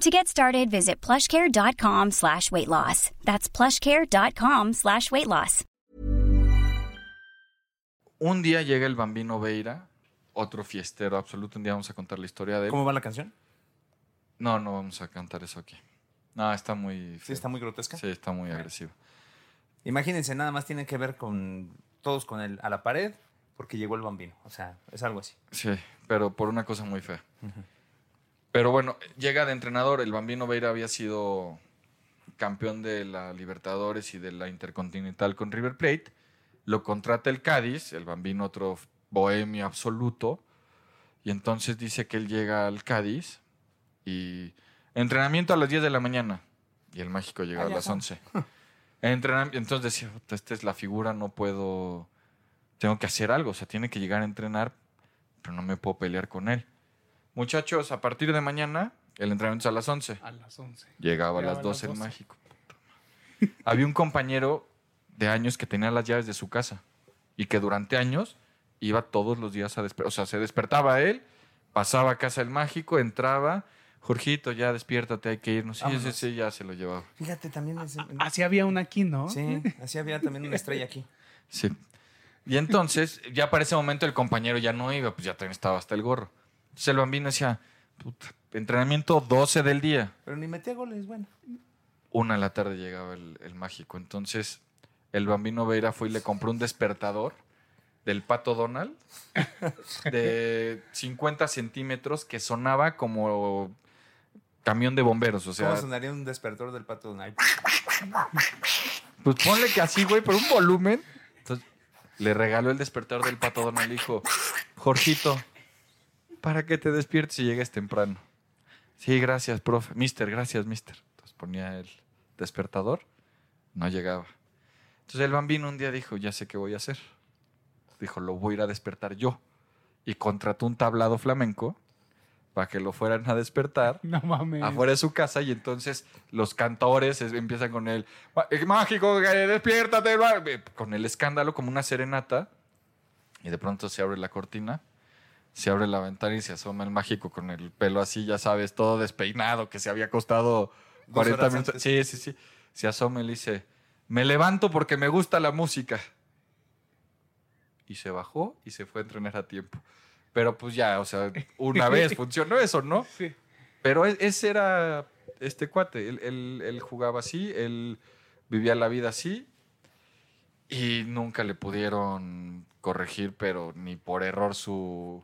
[SPEAKER 5] To get started, visit plushcare.com slash weight loss. That's plushcare.com slash weight loss.
[SPEAKER 4] Un día llega el bambino Veira, otro fiestero absoluto. Un día vamos a contar la historia de él.
[SPEAKER 3] ¿Cómo va la canción?
[SPEAKER 4] No, no vamos a cantar eso aquí. No, está muy.
[SPEAKER 3] Sí, está muy grotesca.
[SPEAKER 4] Sí, está muy agresivo.
[SPEAKER 3] Imagínense, nada más tiene que ver con todos con el a la pared porque llegó el bambino. O sea, es algo así.
[SPEAKER 4] Sí, pero por una cosa muy fea. Pero bueno, llega de entrenador. El Bambino Veira había sido campeón de la Libertadores y de la Intercontinental con River Plate. Lo contrata el Cádiz, el Bambino otro bohemio absoluto. Y entonces dice que él llega al Cádiz y entrenamiento a las 10 de la mañana. Y el mágico llega a las 11. Entrenam- entonces decía, "Puta, esta es la figura, no puedo, tengo que hacer algo, o sea, tiene que llegar a entrenar, pero no me puedo pelear con él. Muchachos, a partir de mañana, el entrenamiento es a las 11.
[SPEAKER 1] A las 11.
[SPEAKER 4] Llegaba a las 12 el mágico. Puta madre. Había un compañero de años que tenía las llaves de su casa y que durante años iba todos los días a despertar. O sea, se despertaba él, pasaba a casa el mágico, entraba, Jorgito, ya despiértate, hay que irnos. Sí, sí,
[SPEAKER 3] Vámonos.
[SPEAKER 4] sí, ya se lo llevaba. Ah,
[SPEAKER 3] Fíjate, también es-
[SPEAKER 1] Así había una aquí, ¿no?
[SPEAKER 3] Sí, así había también una estrella aquí.
[SPEAKER 4] Sí. Y entonces, ya para ese momento el compañero ya no iba, pues ya también estaba hasta el gorro. Entonces el bambino decía, puta, entrenamiento 12 del día.
[SPEAKER 3] Pero ni metía goles, bueno.
[SPEAKER 4] Una de la tarde llegaba el, el mágico. Entonces el bambino Veira fue y le compró un despertador del pato Donald de 50 centímetros que sonaba como camión de bomberos. O sea,
[SPEAKER 3] ¿Cómo sonaría un despertador del pato Donald?
[SPEAKER 4] Pues ponle que así, güey, pero un volumen. Entonces, le regaló el despertador del pato Donald y dijo, Jorgito, para que te despiertes y llegues temprano. Sí, gracias, profe. Mister, gracias, mister. Entonces ponía el despertador, no llegaba. Entonces el bambino un día dijo, ya sé qué voy a hacer. Dijo, lo voy a ir a despertar yo. Y contrató un tablado flamenco para que lo fueran a despertar
[SPEAKER 1] No mames.
[SPEAKER 4] afuera de su casa y entonces los cantores es- empiezan con el "Ma- eh, mágico, eh, despiértate, ma-", eh, con el escándalo como una serenata y de pronto se abre la cortina, se abre la ventana y se asoma el mágico con el pelo así, ya sabes, todo despeinado, que se había costado
[SPEAKER 3] Dos
[SPEAKER 4] 40
[SPEAKER 3] horas
[SPEAKER 4] minutos.
[SPEAKER 3] antes.
[SPEAKER 4] Sí, sí, sí. Se asoma y le dice, me levanto porque me gusta la música. Y se bajó y se fue a entrenar a tiempo. Pero pues ya, o sea, una vez funcionó eso, ¿no?
[SPEAKER 1] Sí.
[SPEAKER 4] Pero e- ese era este cuate. Él, él- él jugaba así, él vivía la vida así. Y nunca le pudieron corregir, pero ni por error su,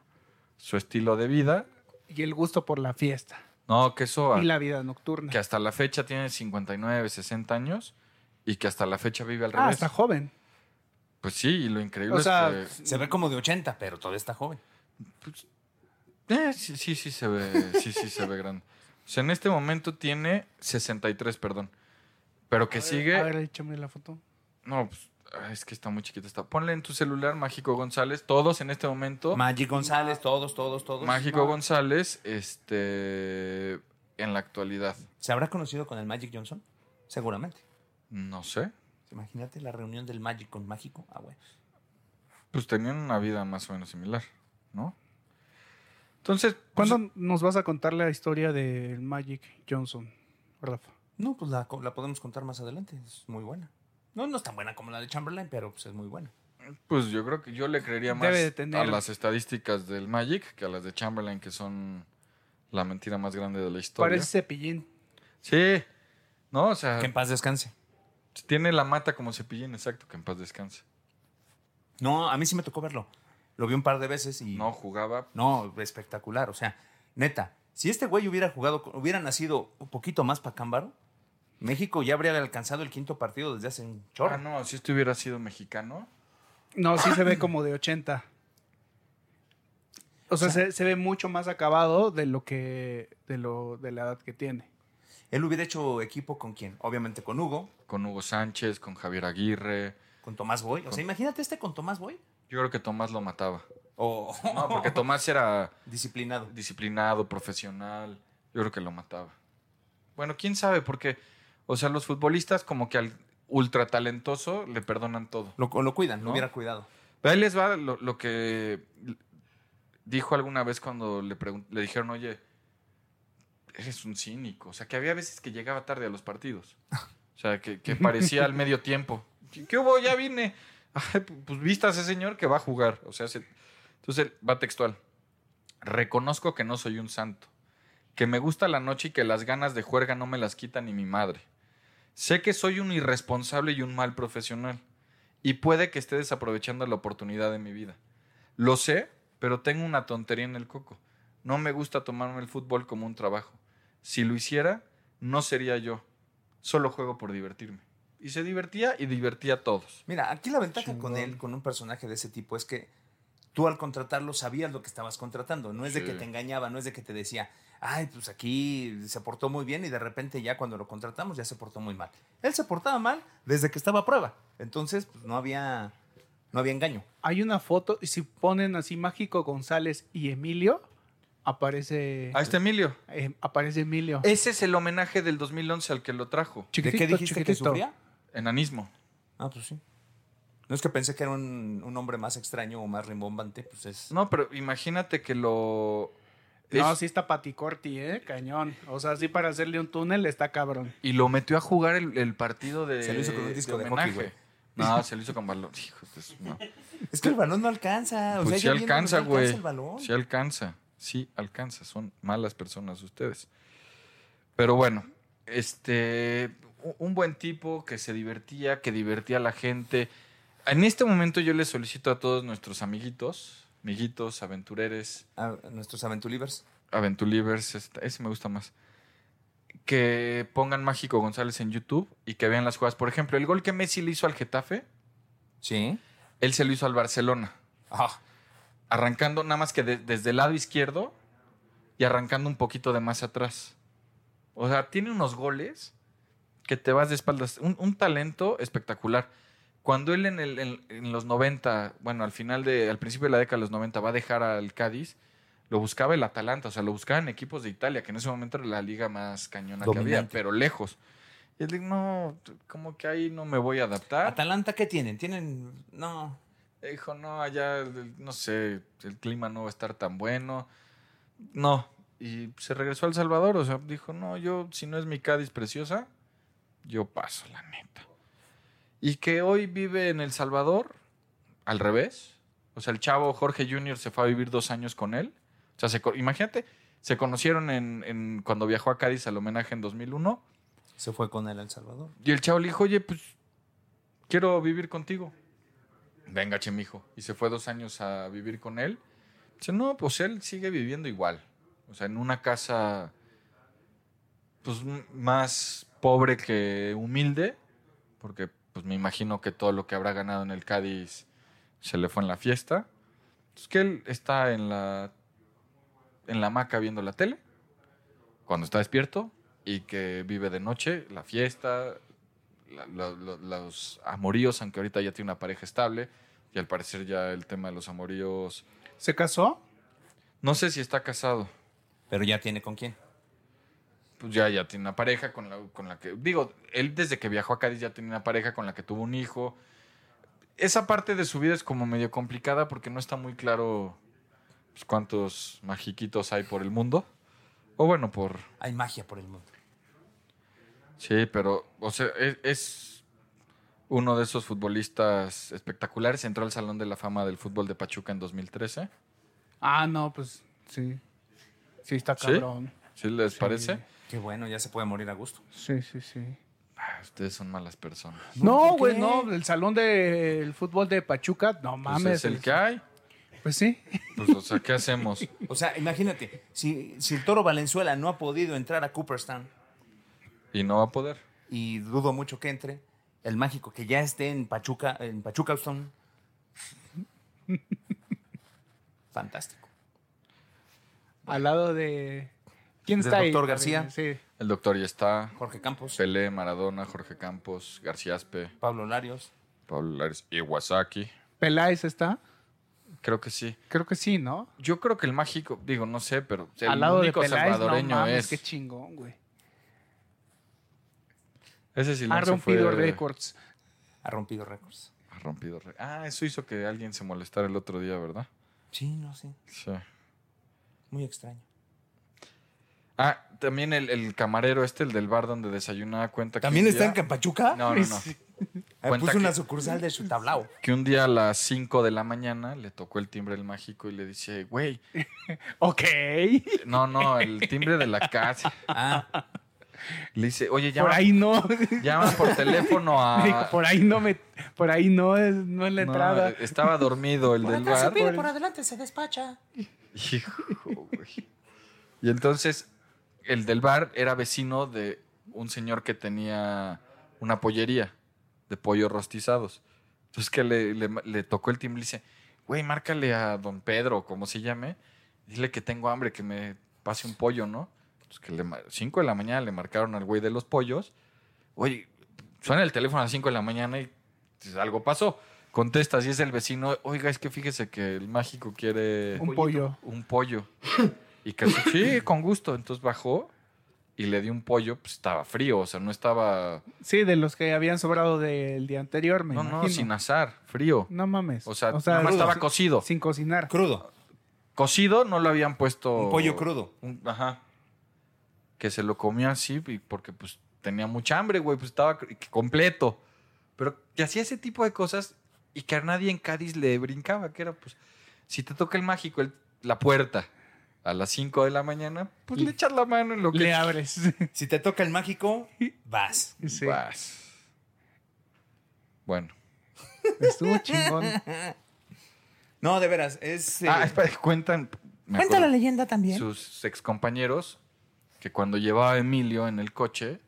[SPEAKER 4] su estilo de vida.
[SPEAKER 1] Y el gusto por la fiesta.
[SPEAKER 4] No, que eso.
[SPEAKER 1] Y la vida nocturna.
[SPEAKER 4] Que hasta la fecha tiene 59, 60 años. Y que hasta la fecha vive al
[SPEAKER 1] Ah,
[SPEAKER 4] revés.
[SPEAKER 1] está joven.
[SPEAKER 4] pues sí, y lo increíble
[SPEAKER 1] O
[SPEAKER 4] es
[SPEAKER 1] sea,
[SPEAKER 4] que. pues,
[SPEAKER 3] Se ve como de 80, pero todavía está joven.
[SPEAKER 4] Eh, sí, sí, sí se ve, sí, sí se ve grande. O sea, en este momento tiene 63, perdón. Pero que sigue.
[SPEAKER 1] A ver, échame la foto.
[SPEAKER 4] No, pues ah, es que está muy chiquita. Está. Ponle en tu celular Mágico González, todos en este momento.
[SPEAKER 3] Maggi González, todos, todos, todos.
[SPEAKER 4] Mágico González, este. En la actualidad.
[SPEAKER 3] ¿Se habrá conocido con el Magic Johnson? Seguramente.
[SPEAKER 4] No sé.
[SPEAKER 3] Imagínate la reunión del Magic con Mágico. Ah, bueno.
[SPEAKER 4] Pues tenían una vida más o menos similar, ¿no? Entonces, pues,
[SPEAKER 1] ¿Cuándo nos vas a contar la historia del Magic Johnson, Rafa?
[SPEAKER 3] No, pues la, co- la podemos contar más adelante. Es muy buena. No, no es tan buena como la de Chamberlain, pero pues es muy buena.
[SPEAKER 4] pues yo creo que yo le creería más
[SPEAKER 1] Debe de tener-
[SPEAKER 4] a las estadísticas del Magic que a las de Chamberlain, que son la mentira más grande de la historia.
[SPEAKER 1] Parece cepillín.
[SPEAKER 4] Sí. No, o sea,
[SPEAKER 3] Que en paz descanse.
[SPEAKER 4] tiene la mata como cepillín, exacto, que en paz descanse.
[SPEAKER 3] No, a mí sí me tocó verlo. Lo vi un par de veces y.
[SPEAKER 4] No jugaba
[SPEAKER 3] No, espectacular. O sea, neta, si este güey hubiera jugado, con- hubiera nacido un poquito más para Cámbaro, México ya habría alcanzado el quinto partido desde hace un chorro.
[SPEAKER 4] Ah, no, si este hubiera sido mexicano.
[SPEAKER 1] No, sí se ve como de 80. O sea, se, se ve mucho más acabado de lo que de lo de la edad que tiene.
[SPEAKER 3] Él hubiera hecho equipo con quién? Obviamente con Hugo,
[SPEAKER 4] Con Hugo Sánchez, con Javier Aguirre.
[SPEAKER 3] con Tomás Boy. O sea, imagínate este con Tomás Boy.
[SPEAKER 4] Yo creo que Tomás lo mataba.
[SPEAKER 3] O
[SPEAKER 4] No, porque Tomás era
[SPEAKER 3] disciplinado.
[SPEAKER 4] disciplinado, profesional. Yo creo que lo mataba. Bueno, quién sabe, porque, o sea, los futbolistas como que al ultra talentoso le perdonan todo.
[SPEAKER 3] Lo, lo cuidan,
[SPEAKER 4] ¿No?
[SPEAKER 3] lo hubiera cuidado.
[SPEAKER 4] Pero ahí les va lo, lo que dijo alguna vez cuando le, pregun- le dijeron, oye, eres un cínico. O sea, que había veces que llegaba tarde a los partidos. O sea, que, que parecía al medio tiempo. ¿Qué qué hubo? Ya vine. Ay, pu- pues vista a ese señor que va a jugar. O sea, se- entonces él va textual. Reconozco que no soy un santo. Que me gusta la noche y que las ganas de juerga no me las quita ni mi madre. Sé que soy un irresponsable y un mal profesional y puede que esté desaprovechando la oportunidad de mi vida. Lo sé, pero tengo una tontería en el coco. No me gusta tomarme el fútbol como un trabajo. Si lo hiciera, no sería yo. Solo juego por divertirme. Y se divertía y divertía a todos.
[SPEAKER 3] Mira, aquí la ventaja con él, con un personaje de ese tipo, es que tú al contratarlo sabías lo que estabas contratando. No es de que
[SPEAKER 4] Sí.
[SPEAKER 3] te engañaba, no es de que te decía, ay, pues aquí se portó muy bien y de repente ya cuando lo contratamos ya se portó muy mal. Él se portaba mal desde que estaba a prueba. Entonces, pues no había, no había engaño.
[SPEAKER 1] Hay una foto y si ponen así Mágico González y Emilio aparece
[SPEAKER 4] Ahí está este
[SPEAKER 3] este
[SPEAKER 4] Emilio.
[SPEAKER 1] eh, aparece Emilio.
[SPEAKER 4] Ese es el homenaje del 2011 al que lo trajo.
[SPEAKER 3] ¿De qué dijiste que sufría?
[SPEAKER 4] Enanismo.
[SPEAKER 3] Ah, pues sí. No es que pensé que era un, un hombre más extraño o más rimbombante, pues es...
[SPEAKER 4] No, pero imagínate que lo...
[SPEAKER 1] No,
[SPEAKER 4] es-
[SPEAKER 1] sí está Paticorti, eh, cañón. O sea, sí para hacerle un túnel está cabrón.
[SPEAKER 4] Y lo metió a jugar el, el partido de,
[SPEAKER 3] Se lo hizo con un disco de hockey,
[SPEAKER 4] homenaje.
[SPEAKER 3] güey.
[SPEAKER 4] No, se lo hizo con balón. Hijos de su- no.
[SPEAKER 3] Es que el balón no alcanza. Ah, O sea,
[SPEAKER 4] Pues sí
[SPEAKER 3] ya viendo,
[SPEAKER 4] alcanza,
[SPEAKER 3] no
[SPEAKER 4] güey.
[SPEAKER 3] el balón.
[SPEAKER 4] Sí alcanza. Sí alcanza. Son malas personas ustedes. Pero bueno, este. u- Un buen tipo que se divertía, que divertía a la gente. En este momento yo les solicito a todos nuestros amiguitos, amiguitos, aventureres,
[SPEAKER 3] A Ah, nuestros aventulivers.
[SPEAKER 4] Aventulivers, este- ese me gusta más. Que pongan Mágico González en YouTube y que vean las jugadas. Por ejemplo, el gol que Messi le hizo al Getafe,
[SPEAKER 3] Sí.
[SPEAKER 4] él se lo hizo al Barcelona.
[SPEAKER 3] Ah,
[SPEAKER 4] Arrancando nada más que de- desde el lado izquierdo y arrancando un poquito de más atrás. O sea, tiene unos goles que te vas de espaldas. Un, un talento espectacular. Cuando él en, el- en- en los 90, bueno, al final de, al principio de la década de los 90 va a dejar al Cádiz, lo buscaba el Atalanta, o sea, lo buscaban equipos de Italia, que en ese momento era la liga más cañona que había,
[SPEAKER 3] Dominante.
[SPEAKER 4] pero lejos. Y él dijo, no, como que ahí no me voy a adaptar.
[SPEAKER 3] Atalanta, ¿qué tienen? Tienen. No.
[SPEAKER 4] Dijo, no, allá, el- no sé, el clima no va a estar tan bueno. No. Y se regresó a El Salvador, o sea, dijo, no, yo, si no es mi Cádiz preciosa, yo paso, la neta. Y que hoy vive en El Salvador, al revés. O sea, el chavo Jorge Jr. se fue a vivir dos años con él. O sea, se co- imagínate, se conocieron en, en- cuando viajó a Cádiz al homenaje en 2001.
[SPEAKER 3] Se fue con él a El Salvador.
[SPEAKER 4] Y el chavo le dijo, oye, pues quiero vivir contigo. Venga, che, mijo. Y se fue dos años a vivir con él. Dice, no, pues él sigue viviendo igual. O sea, en una casa, pues m- más pobre que humilde, porque pues me imagino que todo lo que habrá ganado en el Cádiz se le fue en la fiesta. Es que él está en la, en la hamaca viendo la tele cuando está despierto y que vive de noche, la fiesta, la- la- la- los amoríos, aunque ahorita ya tiene una pareja estable y al parecer ya el tema de los amoríos,
[SPEAKER 1] ¿Se casó?
[SPEAKER 4] no sé si está casado,
[SPEAKER 3] Pero ya tiene con quién.
[SPEAKER 4] pues ya, ya tiene una pareja con la, con la que, digo, él desde que viajó a Cádiz ya tenía una pareja con la que tuvo un hijo. Esa parte de su vida es como medio complicada porque no está muy claro pues, cuántos magiquitos hay por el mundo. O bueno, por,
[SPEAKER 3] Hay magia por el mundo.
[SPEAKER 4] Sí, pero, o sea, es, es uno de esos futbolistas espectaculares. Entró al Salón de la Fama del Fútbol de Pachuca en 2013.
[SPEAKER 1] Ah, no, pues sí. Sí, está
[SPEAKER 4] ¿Sí?
[SPEAKER 1] cabrón.
[SPEAKER 4] ¿Sí les parece?
[SPEAKER 3] Qué bueno, ya se puede morir a gusto.
[SPEAKER 1] Sí, sí, sí.
[SPEAKER 4] Ah, ustedes son malas personas.
[SPEAKER 1] No,
[SPEAKER 3] ¿por
[SPEAKER 1] güey,
[SPEAKER 3] qué?
[SPEAKER 1] no. El salón del fútbol de Pachuca, no
[SPEAKER 4] Pues
[SPEAKER 1] mames.
[SPEAKER 4] es el que hay.
[SPEAKER 1] Pues sí.
[SPEAKER 4] Pues, o sea, ¿qué hacemos?
[SPEAKER 3] O sea, imagínate, si, si el Toro Valenzuela no ha podido entrar a Cooperstown,
[SPEAKER 4] Y no va a poder.
[SPEAKER 3] y dudo mucho que entre, el mágico que ya esté en Pachuca, en Pachucaustón. Fantástico.
[SPEAKER 1] Al lado de. ¿Quién
[SPEAKER 3] Del
[SPEAKER 1] está ahí?
[SPEAKER 3] doctor García.
[SPEAKER 1] Sí.
[SPEAKER 4] El doctor ya está.
[SPEAKER 3] Jorge Campos,
[SPEAKER 4] Pelé, Maradona, Jorge Campos, García Aspe,
[SPEAKER 3] Pablo Larios.
[SPEAKER 4] Pablo Lares, Iwasaki.
[SPEAKER 1] Peláez está.
[SPEAKER 4] Creo que sí.
[SPEAKER 1] Creo que sí, ¿no?
[SPEAKER 4] Yo creo que el mágico, digo, no sé, pero el
[SPEAKER 1] Al lado de
[SPEAKER 4] único
[SPEAKER 1] Peláez, no
[SPEAKER 4] salvadoreño
[SPEAKER 1] mames,
[SPEAKER 4] es.
[SPEAKER 1] qué chingón, güey.
[SPEAKER 4] Ese
[SPEAKER 1] Ha
[SPEAKER 4] silencio fue-
[SPEAKER 1] rompido récords.
[SPEAKER 3] Ha rompido récords.
[SPEAKER 4] Ha rompido. re- Ah, eso hizo que alguien se molestara el otro día, ¿verdad?
[SPEAKER 3] Sí, no sé.
[SPEAKER 4] Sí.
[SPEAKER 3] Muy extraño.
[SPEAKER 4] Ah, también el, el camarero este, el del bar donde desayunaba, cuenta que.
[SPEAKER 3] ¿También
[SPEAKER 4] un
[SPEAKER 3] está en
[SPEAKER 4] día-
[SPEAKER 3] Pachuca?
[SPEAKER 4] No, no, no.
[SPEAKER 3] Ah,
[SPEAKER 4] Cuenta
[SPEAKER 3] Puso
[SPEAKER 4] que-
[SPEAKER 3] una sucursal de su tablao.
[SPEAKER 4] Que un día a las 5 de la mañana le tocó el timbre el mágico y le dice, güey,
[SPEAKER 1] Ok.
[SPEAKER 4] no, no, el timbre de la casa.
[SPEAKER 3] Ah,
[SPEAKER 4] Le dice, oye,
[SPEAKER 1] Por
[SPEAKER 4] llama,
[SPEAKER 1] ahí no.
[SPEAKER 4] llama por teléfono a.
[SPEAKER 1] Me dijo, por ahí no me. Por ahí no es, no es la
[SPEAKER 4] No, eh.
[SPEAKER 1] entrada.
[SPEAKER 4] estaba dormido el del bar.
[SPEAKER 1] por
[SPEAKER 3] adelante se despacha.
[SPEAKER 4] Hijo, güey. Y entonces, el del bar era vecino de un señor que tenía una pollería de pollos rostizados. Entonces, que le, le- le tocó el timbre y dice: Güey, márcale a don Pedro, como se llame, dile que tengo hambre, que me pase un pollo, ¿no? Entonces, que le, 5 de la mañana le marcaron al güey de los pollos. Oye, suena el teléfono a las 5 de la mañana y pues, algo pasó. Contestas y es el vecino. Oiga, es que fíjese que el mágico quiere
[SPEAKER 1] Un pollo.
[SPEAKER 4] un pollo. Y que sí, con gusto. Entonces bajó y le dio un pollo, pues estaba frío, o sea, no estaba.
[SPEAKER 1] Sí, de los que habían sobrado del día anterior, me
[SPEAKER 4] no,
[SPEAKER 1] imagino.
[SPEAKER 4] no, sin azar, frío.
[SPEAKER 1] No mames.
[SPEAKER 4] O sea, nada más estaba
[SPEAKER 1] sin-
[SPEAKER 4] cocido.
[SPEAKER 1] Sin cocinar.
[SPEAKER 3] Crudo.
[SPEAKER 4] Cocido no lo habían puesto.
[SPEAKER 3] Un pollo crudo.
[SPEAKER 4] Un- ajá. Que se lo comió así y porque pues tenía mucha hambre, güey, pues estaba cr- completo. Pero que hacía ese tipo de cosas y que a nadie en Cádiz le brincaba, que era pues, si te toca el mágico, el- la puerta a las 5 de la mañana, pues le echas la mano en lo que
[SPEAKER 1] Le abres.
[SPEAKER 3] Si te toca el mágico, vas.
[SPEAKER 1] Sí.
[SPEAKER 4] vas. Bueno.
[SPEAKER 1] Estuvo chingón.
[SPEAKER 3] No, de veras, es. eh,
[SPEAKER 4] Ah, espera, cuentan. me
[SPEAKER 3] cuenta la
[SPEAKER 4] acuerdo.
[SPEAKER 3] leyenda también.
[SPEAKER 4] sus excompañeros que cuando llevaba a Emilio en el coche,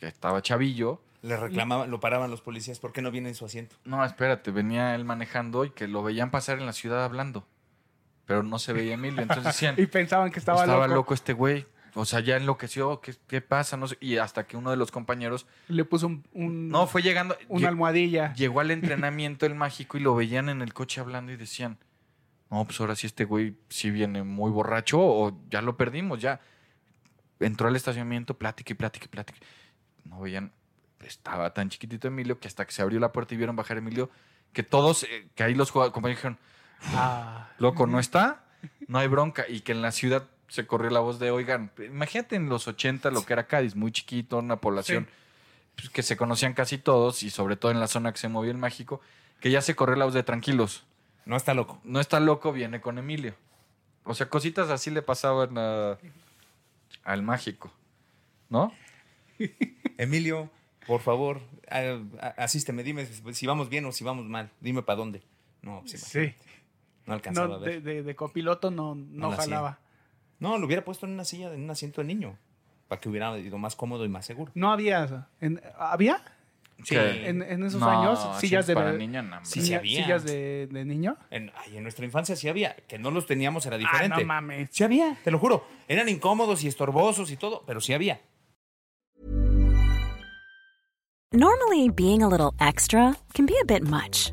[SPEAKER 4] que estaba chavillo,
[SPEAKER 3] Le reclamaban, lo paraban los policías, ¿por qué no viene en su asiento?
[SPEAKER 4] no, espérate, venía él manejando y que lo veían pasar en la ciudad hablando, pero no se veía Emilio, entonces decían,
[SPEAKER 1] Y pensaban que estaba, loco.
[SPEAKER 4] este güey, o sea, ya enloqueció, ¿qué, qué pasa? No sé, y hasta que uno de los compañeros,
[SPEAKER 1] Le puso un, un-
[SPEAKER 4] no, fue llegando,
[SPEAKER 1] una
[SPEAKER 4] lle-
[SPEAKER 1] almohadilla.
[SPEAKER 4] llegó al entrenamiento el mágico y lo veían en el coche hablando y decían, no, pues ahora sí este güey sí viene muy borracho o ya lo perdimos, ya. Entró al estacionamiento, plática y plática y plática. No veían, estaba tan chiquitito Emilio que hasta que se abrió la puerta y vieron bajar a Emilio, que todos, eh, que ahí los jugad- compañeros dijeron,
[SPEAKER 1] Ah,
[SPEAKER 4] loco, no está, no hay bronca. Y que en la ciudad se corrió la voz de, oigan, imagínate en los 80 lo que era Cádiz, muy chiquito, una población pues, que se conocían casi todos y sobre todo en la zona que se movió el mágico, que ya se corrió la voz de tranquilos,
[SPEAKER 3] No está loco.
[SPEAKER 4] no está loco, viene con Emilio. O sea, cositas así le pasaban a- al mágico, ¿no?
[SPEAKER 3] Emilio, por favor, a- a- asísteme, dime si vamos bien o si vamos mal. Dime para dónde. No, pues,
[SPEAKER 1] sí.
[SPEAKER 3] no alcanzaba
[SPEAKER 1] No,
[SPEAKER 3] a ver.
[SPEAKER 1] de, de- de copiloto no,
[SPEAKER 3] No
[SPEAKER 1] no,
[SPEAKER 3] la hacía.
[SPEAKER 1] jalaba.
[SPEAKER 3] No, lo hubiera puesto en una silla, en un asiento de niño, para que hubiera ido más cómodo y más seguro.
[SPEAKER 1] No había. en- ¿Había?
[SPEAKER 3] Sí.
[SPEAKER 4] ¿Qué?
[SPEAKER 1] En, en esos
[SPEAKER 4] No,
[SPEAKER 1] años, sillas de.
[SPEAKER 4] para niña, no, hombre.
[SPEAKER 3] Sí, sí había.
[SPEAKER 1] ¿Sillas de, de niño?
[SPEAKER 3] En, ay, en nuestra infancia sí había, que no los teníamos era diferente.
[SPEAKER 1] Ah, no mames.
[SPEAKER 3] Sí había, te lo juro. Eran incómodos y estorbosos y todo, pero sí había.
[SPEAKER 6] Normally, being a little extra can be a bit much,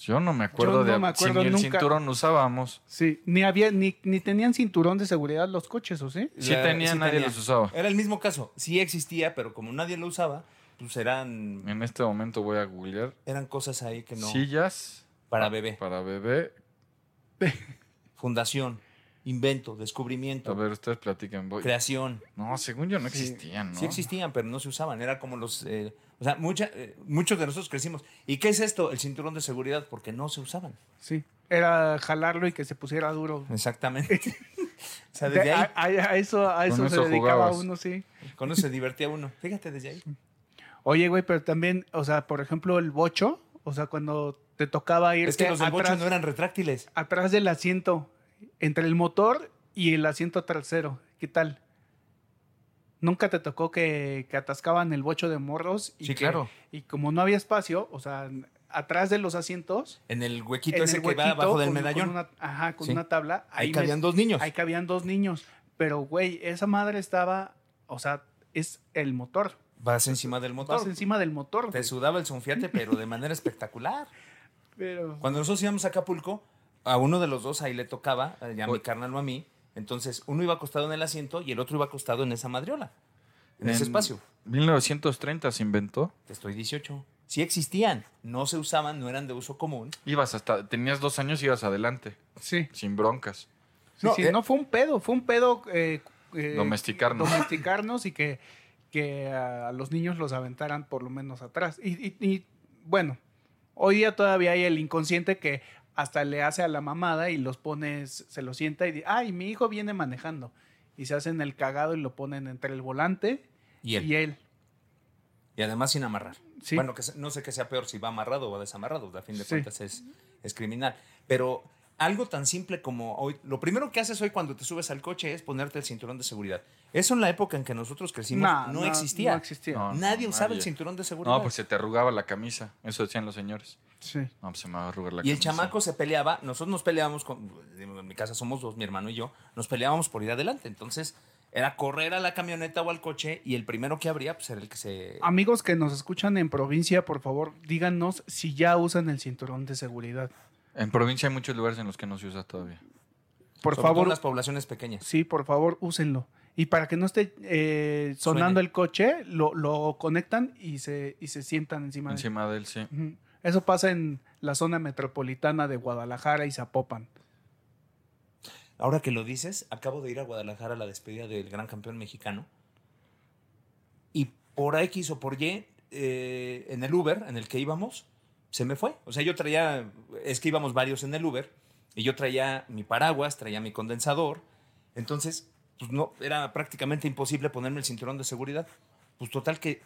[SPEAKER 4] Yo no me acuerdo
[SPEAKER 1] Yo no
[SPEAKER 4] de
[SPEAKER 1] me acuerdo
[SPEAKER 4] si ni el
[SPEAKER 1] nunca.
[SPEAKER 4] cinturón usábamos.
[SPEAKER 1] Sí, ni había, ni, ni tenían cinturón de seguridad los coches, ¿o sí?
[SPEAKER 4] Sí tenía, nadie los usaba.
[SPEAKER 3] Era el mismo caso. Sí existía, pero como nadie lo usaba, pues eran,
[SPEAKER 4] En este momento voy a googlear
[SPEAKER 3] eran cosas ahí que no.
[SPEAKER 4] sillas
[SPEAKER 3] Para bebé.
[SPEAKER 4] para bebé.
[SPEAKER 3] Fundación, invento,
[SPEAKER 4] A
[SPEAKER 3] descubrimiento,
[SPEAKER 4] ver, ustedes platiquen. voy.
[SPEAKER 3] creación.
[SPEAKER 4] No, según yo no existían, ¿no?
[SPEAKER 3] Sí existían, pero no se usaban. Era como los. eh, o sea, mucha- eh, muchos de nosotros crecimos. ¿Y qué es esto? El cinturón de seguridad, porque no se usaban.
[SPEAKER 1] Sí. Era jalarlo y que se pusiera duro.
[SPEAKER 3] Exactamente. o sea,
[SPEAKER 1] De-
[SPEAKER 3] desde ahí.
[SPEAKER 1] a, a- a eso, a eso, se
[SPEAKER 4] eso
[SPEAKER 1] dedicaba
[SPEAKER 4] jugabas.
[SPEAKER 1] uno, sí.
[SPEAKER 3] Con eso se divertía uno. Fíjate, desde ahí.
[SPEAKER 1] Oye, güey, pero también, o sea, por ejemplo, el bocho, o sea, cuando te tocaba irte
[SPEAKER 3] Es que los del bocho
[SPEAKER 1] atrás,
[SPEAKER 3] no eran retráctiles.
[SPEAKER 1] atrás del asiento, entre el motor y el asiento trasero, ¿qué tal? ¿Nunca te tocó que, que atascaban el bocho de morros? Y
[SPEAKER 3] Sí,
[SPEAKER 1] que-
[SPEAKER 3] claro.
[SPEAKER 1] Y como no había espacio, o sea, atrás de los asientos,
[SPEAKER 3] En el huequito
[SPEAKER 1] en
[SPEAKER 3] ese
[SPEAKER 1] el
[SPEAKER 3] que va
[SPEAKER 1] huequito
[SPEAKER 3] abajo del
[SPEAKER 1] con-
[SPEAKER 3] medallón.
[SPEAKER 1] Con una, ajá, con
[SPEAKER 3] Sí.
[SPEAKER 1] una tabla.
[SPEAKER 3] ahí
[SPEAKER 1] me-
[SPEAKER 3] cabían dos niños.
[SPEAKER 1] Ahí cabían dos niños. Pero, güey, esa madre estaba, o sea, es el motor.
[SPEAKER 3] Vas encima del motor.
[SPEAKER 1] Vas encima del motor.
[SPEAKER 3] Te
[SPEAKER 1] güey.
[SPEAKER 3] sudaba el sonfiate, pero de manera espectacular.
[SPEAKER 1] Pero,
[SPEAKER 3] Cuando nosotros íbamos a Acapulco, a uno de los dos ahí le tocaba, eh, ya a mi
[SPEAKER 4] Oye.
[SPEAKER 3] carnal o a mí. Entonces, uno iba acostado en el asiento y el otro iba acostado en esa madriola, en, ese espacio.
[SPEAKER 4] 1930 se inventó.
[SPEAKER 3] Te estoy 18. Sí existían, no se usaban, no eran de uso común.
[SPEAKER 4] Ibas hasta, tenías dos años y ibas adelante,
[SPEAKER 1] sí.
[SPEAKER 4] sin broncas.
[SPEAKER 1] Sí,
[SPEAKER 3] No,
[SPEAKER 1] sí,
[SPEAKER 3] eh.
[SPEAKER 1] no fue un pedo, fue un pedo. eh, eh,
[SPEAKER 4] Domesticarnos.
[SPEAKER 1] Domesticarnos y que, que a los niños los aventaran por lo menos atrás. Y, y- y, bueno, hoy día todavía hay el inconsciente que hasta le hace a la mamada y los pones, se lo sienta y dice, ay, mi hijo viene manejando. Y se hacen el cagado y lo ponen entre el volante
[SPEAKER 3] Y él.
[SPEAKER 1] y él.
[SPEAKER 3] Y además sin amarrar.
[SPEAKER 1] Sí.
[SPEAKER 3] Bueno, que se- no sé qué sea peor, si va amarrado o va desamarrado, a fin de
[SPEAKER 1] Sí.
[SPEAKER 3] cuentas es, es criminal. Pero algo tan simple como hoy, lo primero que haces hoy cuando te subes al coche es ponerte el cinturón de seguridad. Eso en la época en que nosotros crecimos
[SPEAKER 1] Nah,
[SPEAKER 3] no,
[SPEAKER 1] no-
[SPEAKER 3] existía.
[SPEAKER 1] no existía.
[SPEAKER 4] No,
[SPEAKER 3] nadie
[SPEAKER 4] no,
[SPEAKER 3] usaba el
[SPEAKER 4] nadie.
[SPEAKER 3] cinturón de seguridad.
[SPEAKER 4] No, pues se te arrugaba la camisa. Eso decían los señores.
[SPEAKER 1] Sí.
[SPEAKER 4] No, pues se me va a arrugar la
[SPEAKER 3] y el
[SPEAKER 4] camisa.
[SPEAKER 3] chamaco se peleaba, nosotros nos peleábamos, con, en mi casa somos dos, mi hermano y yo, nos peleábamos por ir adelante. Entonces, Era correr a la camioneta o al coche y el primero que abría, pues era el que se.
[SPEAKER 1] Amigos que nos escuchan en provincia, por favor, díganos si ya usan el cinturón de seguridad.
[SPEAKER 4] En provincia hay muchos lugares en los que no se usa todavía.
[SPEAKER 1] Por
[SPEAKER 3] sobre todo
[SPEAKER 1] favor,
[SPEAKER 3] en las poblaciones pequeñas.
[SPEAKER 1] sí, por favor, úsenlo. Y para que no esté eh, sonando
[SPEAKER 3] Suene.
[SPEAKER 1] el coche, lo, lo conectan y se, y se sientan encima. de-
[SPEAKER 4] Encima de él, sí.
[SPEAKER 1] Ujú. Eso pasa en la zona metropolitana de Guadalajara y Zapopan.
[SPEAKER 3] Ahora que lo dices, acabo de ir a Guadalajara a la despedida del gran campeón mexicano. Y por X o por Y, eh, en el Uber en el que íbamos, se me fue. O sea, yo traía, es que íbamos varios en el Uber, y yo traía mi paraguas, traía mi condensador. Entonces, pues no, era prácticamente imposible ponerme el cinturón de seguridad. Pues total que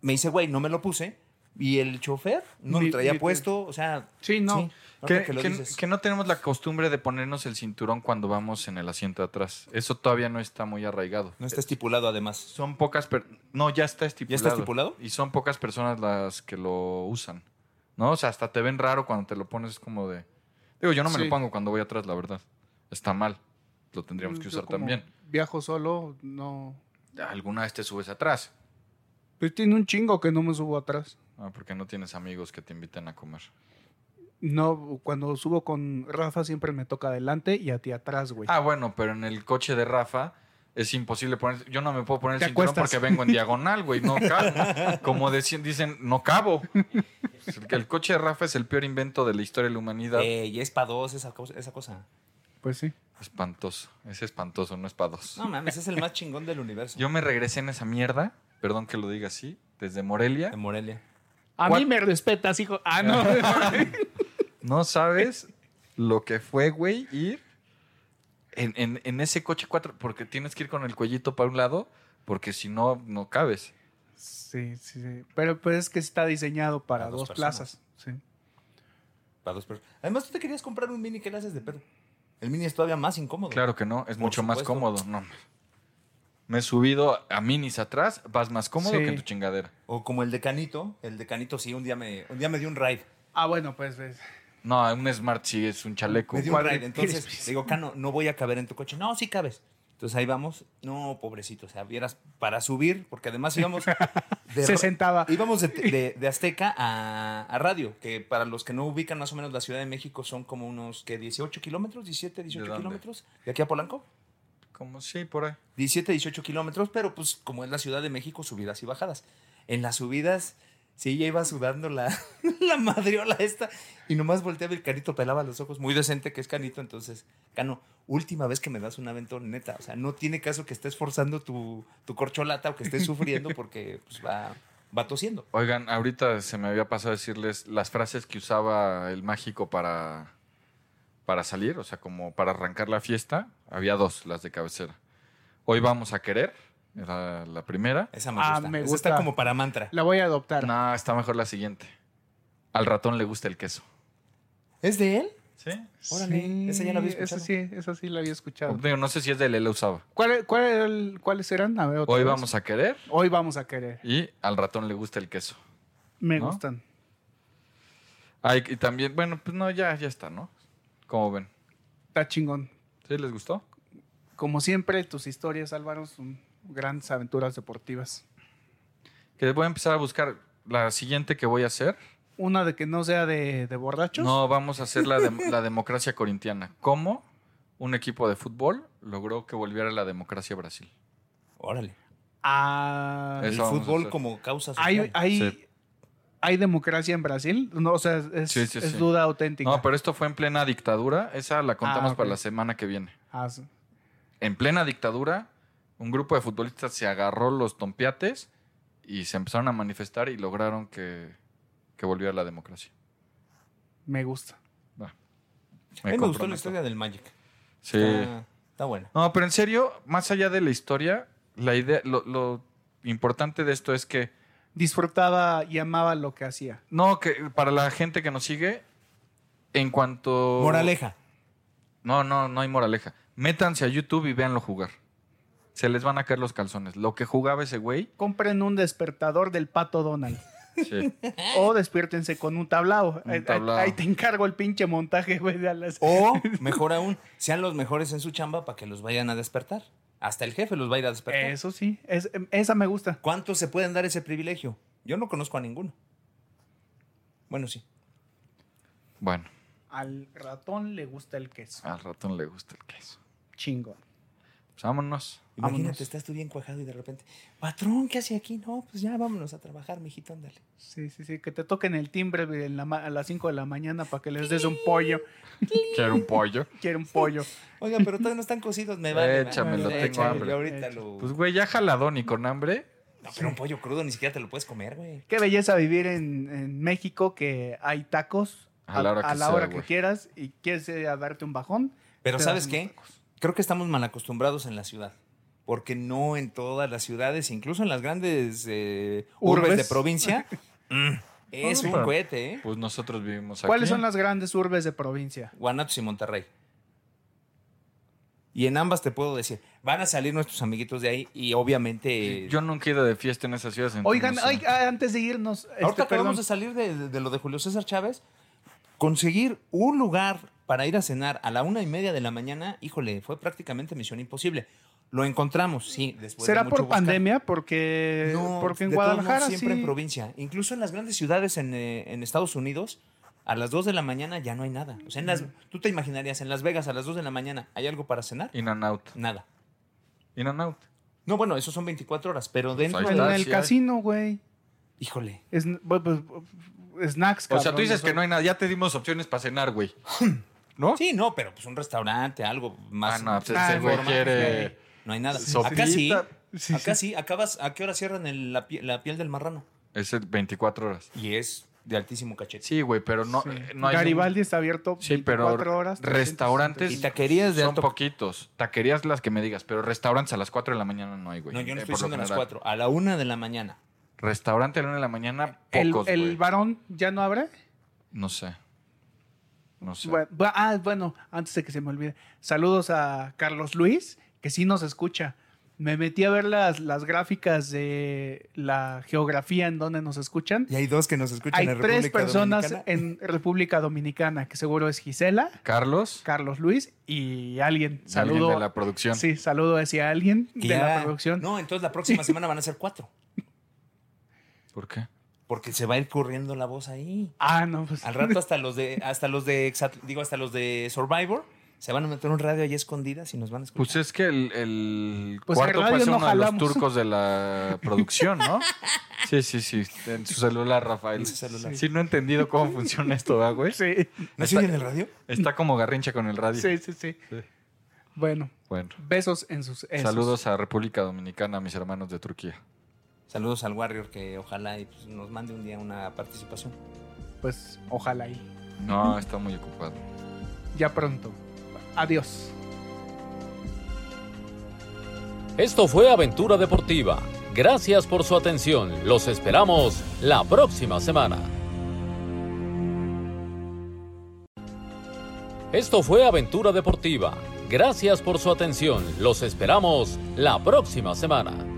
[SPEAKER 3] me hice, güey, no me lo puse. Y el chofer no
[SPEAKER 1] Ni-
[SPEAKER 3] lo traía
[SPEAKER 1] ni te-
[SPEAKER 3] puesto, o sea.
[SPEAKER 1] Sí, no.
[SPEAKER 3] ahorita
[SPEAKER 4] Que,
[SPEAKER 3] que lo
[SPEAKER 4] que-
[SPEAKER 3] dices.
[SPEAKER 4] que no tenemos la costumbre de ponernos el cinturón cuando vamos en el asiento de atrás. Eso todavía no está muy arraigado.
[SPEAKER 3] No está estipulado, además.
[SPEAKER 4] Son pocas per- No, ya está estipulado.
[SPEAKER 3] estipulado?
[SPEAKER 4] Y son pocas personas las que lo usan. ¿No? O sea, hasta te ven raro cuando te lo pones es como de... Digo, yo no me
[SPEAKER 1] Sí.
[SPEAKER 4] lo pongo cuando voy atrás, la verdad. Está mal. Lo tendríamos que
[SPEAKER 1] Pues Yo
[SPEAKER 4] usar
[SPEAKER 1] como
[SPEAKER 4] también.
[SPEAKER 1] Viajo solo, no.
[SPEAKER 4] Alguna vez te subes atrás.
[SPEAKER 1] Pues tiene un chingo que no me subo atrás.
[SPEAKER 4] Ah, porque no tienes amigos que te inviten a comer.
[SPEAKER 1] No, cuando subo con Rafa siempre me toca adelante y a ti atrás, güey.
[SPEAKER 4] Ah, bueno, pero en el coche de Rafa es imposible poner. Yo no me puedo poner el
[SPEAKER 1] Te
[SPEAKER 4] cinturón
[SPEAKER 1] acuestas.
[SPEAKER 4] porque vengo en diagonal, güey. No cabo. Como decían, dicen, no cabo. Es el que El coche de Rafa es el peor invento de la historia de la humanidad.
[SPEAKER 3] Eh, y es para dos esa cosa, esa cosa.
[SPEAKER 1] Pues sí.
[SPEAKER 4] Espantoso. Es espantoso, no es para dos.
[SPEAKER 3] No mames, es el más chingón del universo.
[SPEAKER 4] Yo me regresé en esa mierda, perdón que lo diga así, desde Morelia.
[SPEAKER 3] de Morelia.
[SPEAKER 1] A
[SPEAKER 4] ¿Cuál-
[SPEAKER 1] mí me respetas, hijo. Ah, no.
[SPEAKER 4] No sabes lo que fue, güey, ir en, en- en ese coche cuatro, porque tienes que ir con el cuellito para un lado, porque si no, no cabes.
[SPEAKER 1] sí, sí, sí. Pero pues es que está diseñado para
[SPEAKER 3] Para dos
[SPEAKER 1] dos,
[SPEAKER 3] personas.
[SPEAKER 1] plazas. Sí.
[SPEAKER 3] Para dos personas. Además, tú te querías comprar un mini que le haces de pedo. El mini es todavía más incómodo.
[SPEAKER 4] Claro que no, es
[SPEAKER 3] Por
[SPEAKER 4] mucho más
[SPEAKER 3] supuesto.
[SPEAKER 4] cómodo. No. Me he subido a minis atrás, vas más cómodo
[SPEAKER 1] Sí.
[SPEAKER 4] que en tu chingadera.
[SPEAKER 3] O como el de Canito. El de Canito sí, un día me, un día me dio un ride.
[SPEAKER 1] Ah, bueno, pues ves.
[SPEAKER 4] No, un Smart sí es un chaleco.
[SPEAKER 3] Me dio un
[SPEAKER 1] cuadri-
[SPEAKER 3] ride. Entonces, digo, Cano, no voy a caber en tu coche. No, sí cabes. Entonces ahí vamos. No, pobrecito. O sea, vieras para subir, porque además íbamos. de-
[SPEAKER 1] Se sentaba.
[SPEAKER 3] Íbamos de, de- de Azteca a, a Radio, que para los que no ubican más o menos la Ciudad de México son como unos, ¿qué? 18 kilómetros, 17, 18
[SPEAKER 4] dónde?
[SPEAKER 3] kilómetros. ¿De aquí a Polanco?
[SPEAKER 4] Como sí, por ahí.
[SPEAKER 3] 17, 18 kilómetros, pero pues como es la Ciudad de México, subidas y bajadas. En las subidas, sí, ya iba sudando la, la madriola esta y nomás volteaba y el Canito pelaba los ojos. Muy decente que es Canito, entonces, Cano, última vez que me das un aventón, neta. O sea, no tiene caso que estés forzando tu, tu corcholata o que estés sufriendo porque pues, va, va tosiendo.
[SPEAKER 4] Oigan, ahorita se me había pasado decirles las frases que usaba el mágico para, para salir, o sea, como para arrancar la fiesta. Había dos, las de cabecera. Hoy vamos a querer, era la primera.
[SPEAKER 3] Esa me
[SPEAKER 1] Ah,
[SPEAKER 3] gusta.
[SPEAKER 1] me
[SPEAKER 3] Esa
[SPEAKER 1] gusta.
[SPEAKER 3] está como para mantra.
[SPEAKER 1] La voy a adoptar.
[SPEAKER 4] No, está mejor la siguiente. Al ratón le gusta el queso.
[SPEAKER 3] ¿Es de él?
[SPEAKER 4] ¿Sí?
[SPEAKER 3] Órale, esa ya la había
[SPEAKER 1] Esa
[SPEAKER 3] escuchado.
[SPEAKER 1] sí, esa sí la había escuchado.
[SPEAKER 4] no sé si es de él, él la usaba.
[SPEAKER 1] ¿Cuál- cuál era el- ¿Cuáles eran? A ver, otra
[SPEAKER 4] Hoy
[SPEAKER 1] vez.
[SPEAKER 4] vamos a querer
[SPEAKER 1] Hoy vamos a querer.
[SPEAKER 4] y al ratón le gusta el queso.
[SPEAKER 1] Me
[SPEAKER 4] ¿No?
[SPEAKER 1] gustan.
[SPEAKER 4] Ay, y también, bueno, pues no, ya, ya está, ¿no? Como ven.
[SPEAKER 1] Está chingón.
[SPEAKER 4] ¿Sí les gustó?
[SPEAKER 1] Como siempre, tus historias, Álvaro, son grandes aventuras deportivas.
[SPEAKER 4] Que voy a empezar a buscar la siguiente que voy a hacer.
[SPEAKER 1] Una de que no sea de, de borrachos.
[SPEAKER 4] No, vamos a hacer la, dem- la democracia corintiana. ¿Cómo un equipo de fútbol logró que volviera la democracia a Brasil?
[SPEAKER 3] Órale.
[SPEAKER 1] Ah,
[SPEAKER 4] Eso
[SPEAKER 3] el
[SPEAKER 4] vamos a
[SPEAKER 3] fútbol
[SPEAKER 4] hacer.
[SPEAKER 3] como causa social.
[SPEAKER 1] hay, hay,
[SPEAKER 4] Sí.
[SPEAKER 1] hay democracia en Brasil. No, o sea, es,
[SPEAKER 4] Sí, sí,
[SPEAKER 1] es
[SPEAKER 4] sí.
[SPEAKER 1] duda auténtica.
[SPEAKER 4] No, pero esto fue en plena dictadura. Esa la contamos
[SPEAKER 1] Ah, ok.
[SPEAKER 4] para la semana que viene.
[SPEAKER 1] Ah, sí.
[SPEAKER 4] En plena dictadura, un grupo de futbolistas se agarró los tompiates y se empezaron a manifestar y lograron que, que volviera la democracia.
[SPEAKER 1] me gusta.
[SPEAKER 4] Va.
[SPEAKER 3] a mí me gustó la
[SPEAKER 4] comprometo.
[SPEAKER 3] historia del Magic.
[SPEAKER 4] Sí.
[SPEAKER 1] Ah.
[SPEAKER 3] Está, está buena.
[SPEAKER 4] No, pero en serio, más allá de la historia, la idea, lo, lo importante de esto es que,
[SPEAKER 1] Disfrutaba y amaba lo que hacía.
[SPEAKER 4] no, que para la gente que nos sigue, en cuanto...
[SPEAKER 3] Moraleja.
[SPEAKER 4] No, no, no hay moraleja. Métanse a YouTube y véanlo jugar. Se les van a caer los calzones. Lo que jugaba ese güey,
[SPEAKER 1] Compren un despertador del pato Donald.
[SPEAKER 4] sí.
[SPEAKER 1] o despiértense con un tablao.
[SPEAKER 4] Un
[SPEAKER 1] Ahí- ahí-
[SPEAKER 4] tablao.
[SPEAKER 1] Ahí, te encargo el pinche montaje, güey. de a las-
[SPEAKER 3] O, mejor aún, sean los mejores en su chamba para que los vayan a despertar. Hasta el jefe los va a ir a despertar.
[SPEAKER 1] Eso sí, es- esa me gusta.
[SPEAKER 3] ¿Cuántos se pueden dar ese privilegio? Yo no conozco a ninguno. Bueno, sí.
[SPEAKER 4] Bueno,
[SPEAKER 1] Al ratón le gusta el queso.
[SPEAKER 4] al ratón le gusta el queso.
[SPEAKER 1] Chingo.
[SPEAKER 4] Pues vámonos.
[SPEAKER 3] Imagínate,
[SPEAKER 4] vámonos.
[SPEAKER 3] estás tú bien cuajado y de repente, patrón, ¿qué hace aquí? No, pues ya vámonos a trabajar, mijito, ándale.
[SPEAKER 1] Sí, sí, sí, que te toquen el timbre en la ma- a las 5 de la mañana para que les des un pollo.
[SPEAKER 4] Quiero un pollo.
[SPEAKER 1] Quiero un pollo.
[SPEAKER 3] Oiga, pero todavía no están cocidos, me vale. me
[SPEAKER 4] Échamelo,
[SPEAKER 3] vale.
[SPEAKER 4] tengo
[SPEAKER 3] Échale,
[SPEAKER 4] hambre.
[SPEAKER 3] yo ahorita lo...
[SPEAKER 4] Pues güey, ya jaladón y con hambre.
[SPEAKER 3] No, pero un pollo crudo ni siquiera te lo puedes comer, güey.
[SPEAKER 1] Qué belleza vivir en, en México que hay tacos
[SPEAKER 4] A la hora que sea,
[SPEAKER 1] hora que
[SPEAKER 4] güey.
[SPEAKER 1] quieras y quieres ir a darte un bajón.
[SPEAKER 3] Pero
[SPEAKER 1] te
[SPEAKER 3] ¿sabes
[SPEAKER 1] dan
[SPEAKER 3] qué?
[SPEAKER 1] unos tacos.
[SPEAKER 3] Creo que estamos mal acostumbrados en la ciudad. Porque no en todas las ciudades, incluso en las grandes eh, urbes.
[SPEAKER 1] Urbes.
[SPEAKER 3] de provincia, mm, es
[SPEAKER 4] Bueno,
[SPEAKER 3] un
[SPEAKER 4] pero-
[SPEAKER 3] cohete, ¿eh?
[SPEAKER 4] Pues nosotros vivimos aquí.
[SPEAKER 1] ¿Cuáles son las grandes urbes de provincia?
[SPEAKER 3] Guanatos y Monterrey. Y en ambas te puedo decir, van a salir nuestros amiguitos de ahí y obviamente...
[SPEAKER 4] Yo nunca he ido de fiesta en esas ciudades. entonces
[SPEAKER 1] Oigan,
[SPEAKER 4] no sé.
[SPEAKER 1] ay, ah, antes de irnos, este,
[SPEAKER 3] Ahorita acabamos
[SPEAKER 1] perdón,
[SPEAKER 3] de salir de, de- de lo de Julio César Chávez. Conseguir un lugar para ir a cenar a la una y media de la mañana, híjole, fue prácticamente misión imposible. Lo encontramos, sí. Después Pues de
[SPEAKER 1] ¿será
[SPEAKER 3] mucho
[SPEAKER 1] por
[SPEAKER 3] buscar.
[SPEAKER 1] pandemia? Porque,
[SPEAKER 3] No,
[SPEAKER 1] porque en
[SPEAKER 3] de todos modos,
[SPEAKER 1] Guadalajara
[SPEAKER 3] siempre
[SPEAKER 1] sí.
[SPEAKER 3] en provincia. Incluso en las grandes ciudades en, eh, en Estados Unidos, a las 2 de la mañana ya no hay nada. O sea, en las, tú te imaginarías, en Las Vegas a las 2 de la mañana, ¿hay algo para cenar?
[SPEAKER 4] In and out.
[SPEAKER 3] Nada.
[SPEAKER 4] In and out.
[SPEAKER 3] No, bueno, eso son 24 horas, pero
[SPEAKER 4] ahí
[SPEAKER 3] dentro
[SPEAKER 1] En
[SPEAKER 3] de...
[SPEAKER 4] está.
[SPEAKER 3] la-
[SPEAKER 4] Ah,
[SPEAKER 1] el
[SPEAKER 4] sí hay.
[SPEAKER 1] casino, güey.
[SPEAKER 3] Híjole.
[SPEAKER 1] Es- pues, pues, pues, snacks,
[SPEAKER 4] O sea, tú dices que no
[SPEAKER 1] cabrón,
[SPEAKER 4] hay nada. Ya te dimos opciones para cenar, güey. ¿No?
[SPEAKER 3] Sí, no, pero pues un restaurante, algo más...
[SPEAKER 4] Ah, no, pues
[SPEAKER 1] Ah,
[SPEAKER 4] ese güey
[SPEAKER 1] formal,
[SPEAKER 4] quiere.
[SPEAKER 3] No hay nada.
[SPEAKER 4] Sopita.
[SPEAKER 3] Acá sí.
[SPEAKER 1] Sí,
[SPEAKER 3] acá sí. Acabas, ¿A qué hora cierran el- la, pie- la piel del marrano?
[SPEAKER 4] Es el 24 horas.
[SPEAKER 3] Y es de altísimo cachete.
[SPEAKER 4] Sí, güey, pero no,
[SPEAKER 1] sí.
[SPEAKER 4] eh, no hay.
[SPEAKER 1] Garibaldi está abierto
[SPEAKER 4] Sí, pero
[SPEAKER 1] 24 horas.
[SPEAKER 4] restaurantes
[SPEAKER 3] Y taquerías de
[SPEAKER 4] son
[SPEAKER 3] alto-
[SPEAKER 4] poquitos. Taquerías las que me digas, pero restaurantes a las 4 de la mañana no hay, güey.
[SPEAKER 3] No, yo no
[SPEAKER 4] eh,
[SPEAKER 3] estoy
[SPEAKER 4] por lo
[SPEAKER 3] diciendo a las
[SPEAKER 4] general.
[SPEAKER 3] 4, a la 1 de la mañana.
[SPEAKER 4] Restaurante a la 1 de la mañana,
[SPEAKER 1] El,
[SPEAKER 4] pocos,
[SPEAKER 1] el
[SPEAKER 4] güey.
[SPEAKER 1] varón ya no abre.
[SPEAKER 4] No sé. No sé.
[SPEAKER 1] Bueno, bu- ah, bueno, antes de que se me olvide, saludos a Carlos Luis, que sí nos escucha. Me metí a ver las, las gráficas de la geografía en donde nos escuchan.
[SPEAKER 3] Y hay dos que nos escuchan
[SPEAKER 1] Hay
[SPEAKER 3] en
[SPEAKER 1] tres
[SPEAKER 3] República
[SPEAKER 1] personas
[SPEAKER 3] Dominicana.
[SPEAKER 1] en República Dominicana, que seguro es Gisela,
[SPEAKER 4] Carlos,
[SPEAKER 1] Carlos Luis y alguien.
[SPEAKER 4] y alguien
[SPEAKER 1] Saludo.
[SPEAKER 4] de la producción.
[SPEAKER 1] Sí, saludo hacia alguien
[SPEAKER 3] Que
[SPEAKER 1] de
[SPEAKER 3] ya-
[SPEAKER 1] la producción.
[SPEAKER 3] No, entonces la próxima semana van a ser cuatro.
[SPEAKER 4] ¿Por qué?
[SPEAKER 3] Porque se va a ir corriendo la voz ahí.
[SPEAKER 1] Ah, no, pues.
[SPEAKER 3] Al rato hasta los de, hasta los de Exat- digo, hasta los de Survivor se van a meter un radio ahí escondidas y nos van a escuchar.
[SPEAKER 4] Pues es que el, el
[SPEAKER 1] Pues
[SPEAKER 4] cuarto
[SPEAKER 1] en radio
[SPEAKER 4] pasa
[SPEAKER 1] no
[SPEAKER 4] uno de los
[SPEAKER 1] jalamos.
[SPEAKER 4] turcos de la producción, ¿no? Sí, sí, sí. En su celular, Rafael.
[SPEAKER 3] En su celular.
[SPEAKER 4] Sí, no he entendido cómo funciona esto, ¿verdad, güey?
[SPEAKER 1] Sí,
[SPEAKER 3] ¿No se oye en el radio?
[SPEAKER 4] Está como garrincha con el radio.
[SPEAKER 1] sí, sí, sí. Bueno,
[SPEAKER 4] Bueno.
[SPEAKER 1] besos en sus. esos.
[SPEAKER 4] Saludos a República Dominicana, a mis hermanos de Turquía.
[SPEAKER 3] Saludos al Warrior que ojalá y, pues, nos mande un día una participación.
[SPEAKER 1] Pues ojalá y
[SPEAKER 4] No, está muy ocupado.
[SPEAKER 1] ya pronto. Adiós.
[SPEAKER 7] Esto fue Aventura Deportiva. Gracias por su atención. Los esperamos la próxima semana. Esto fue Aventura Deportiva. Gracias por su atención. Los esperamos la próxima semana.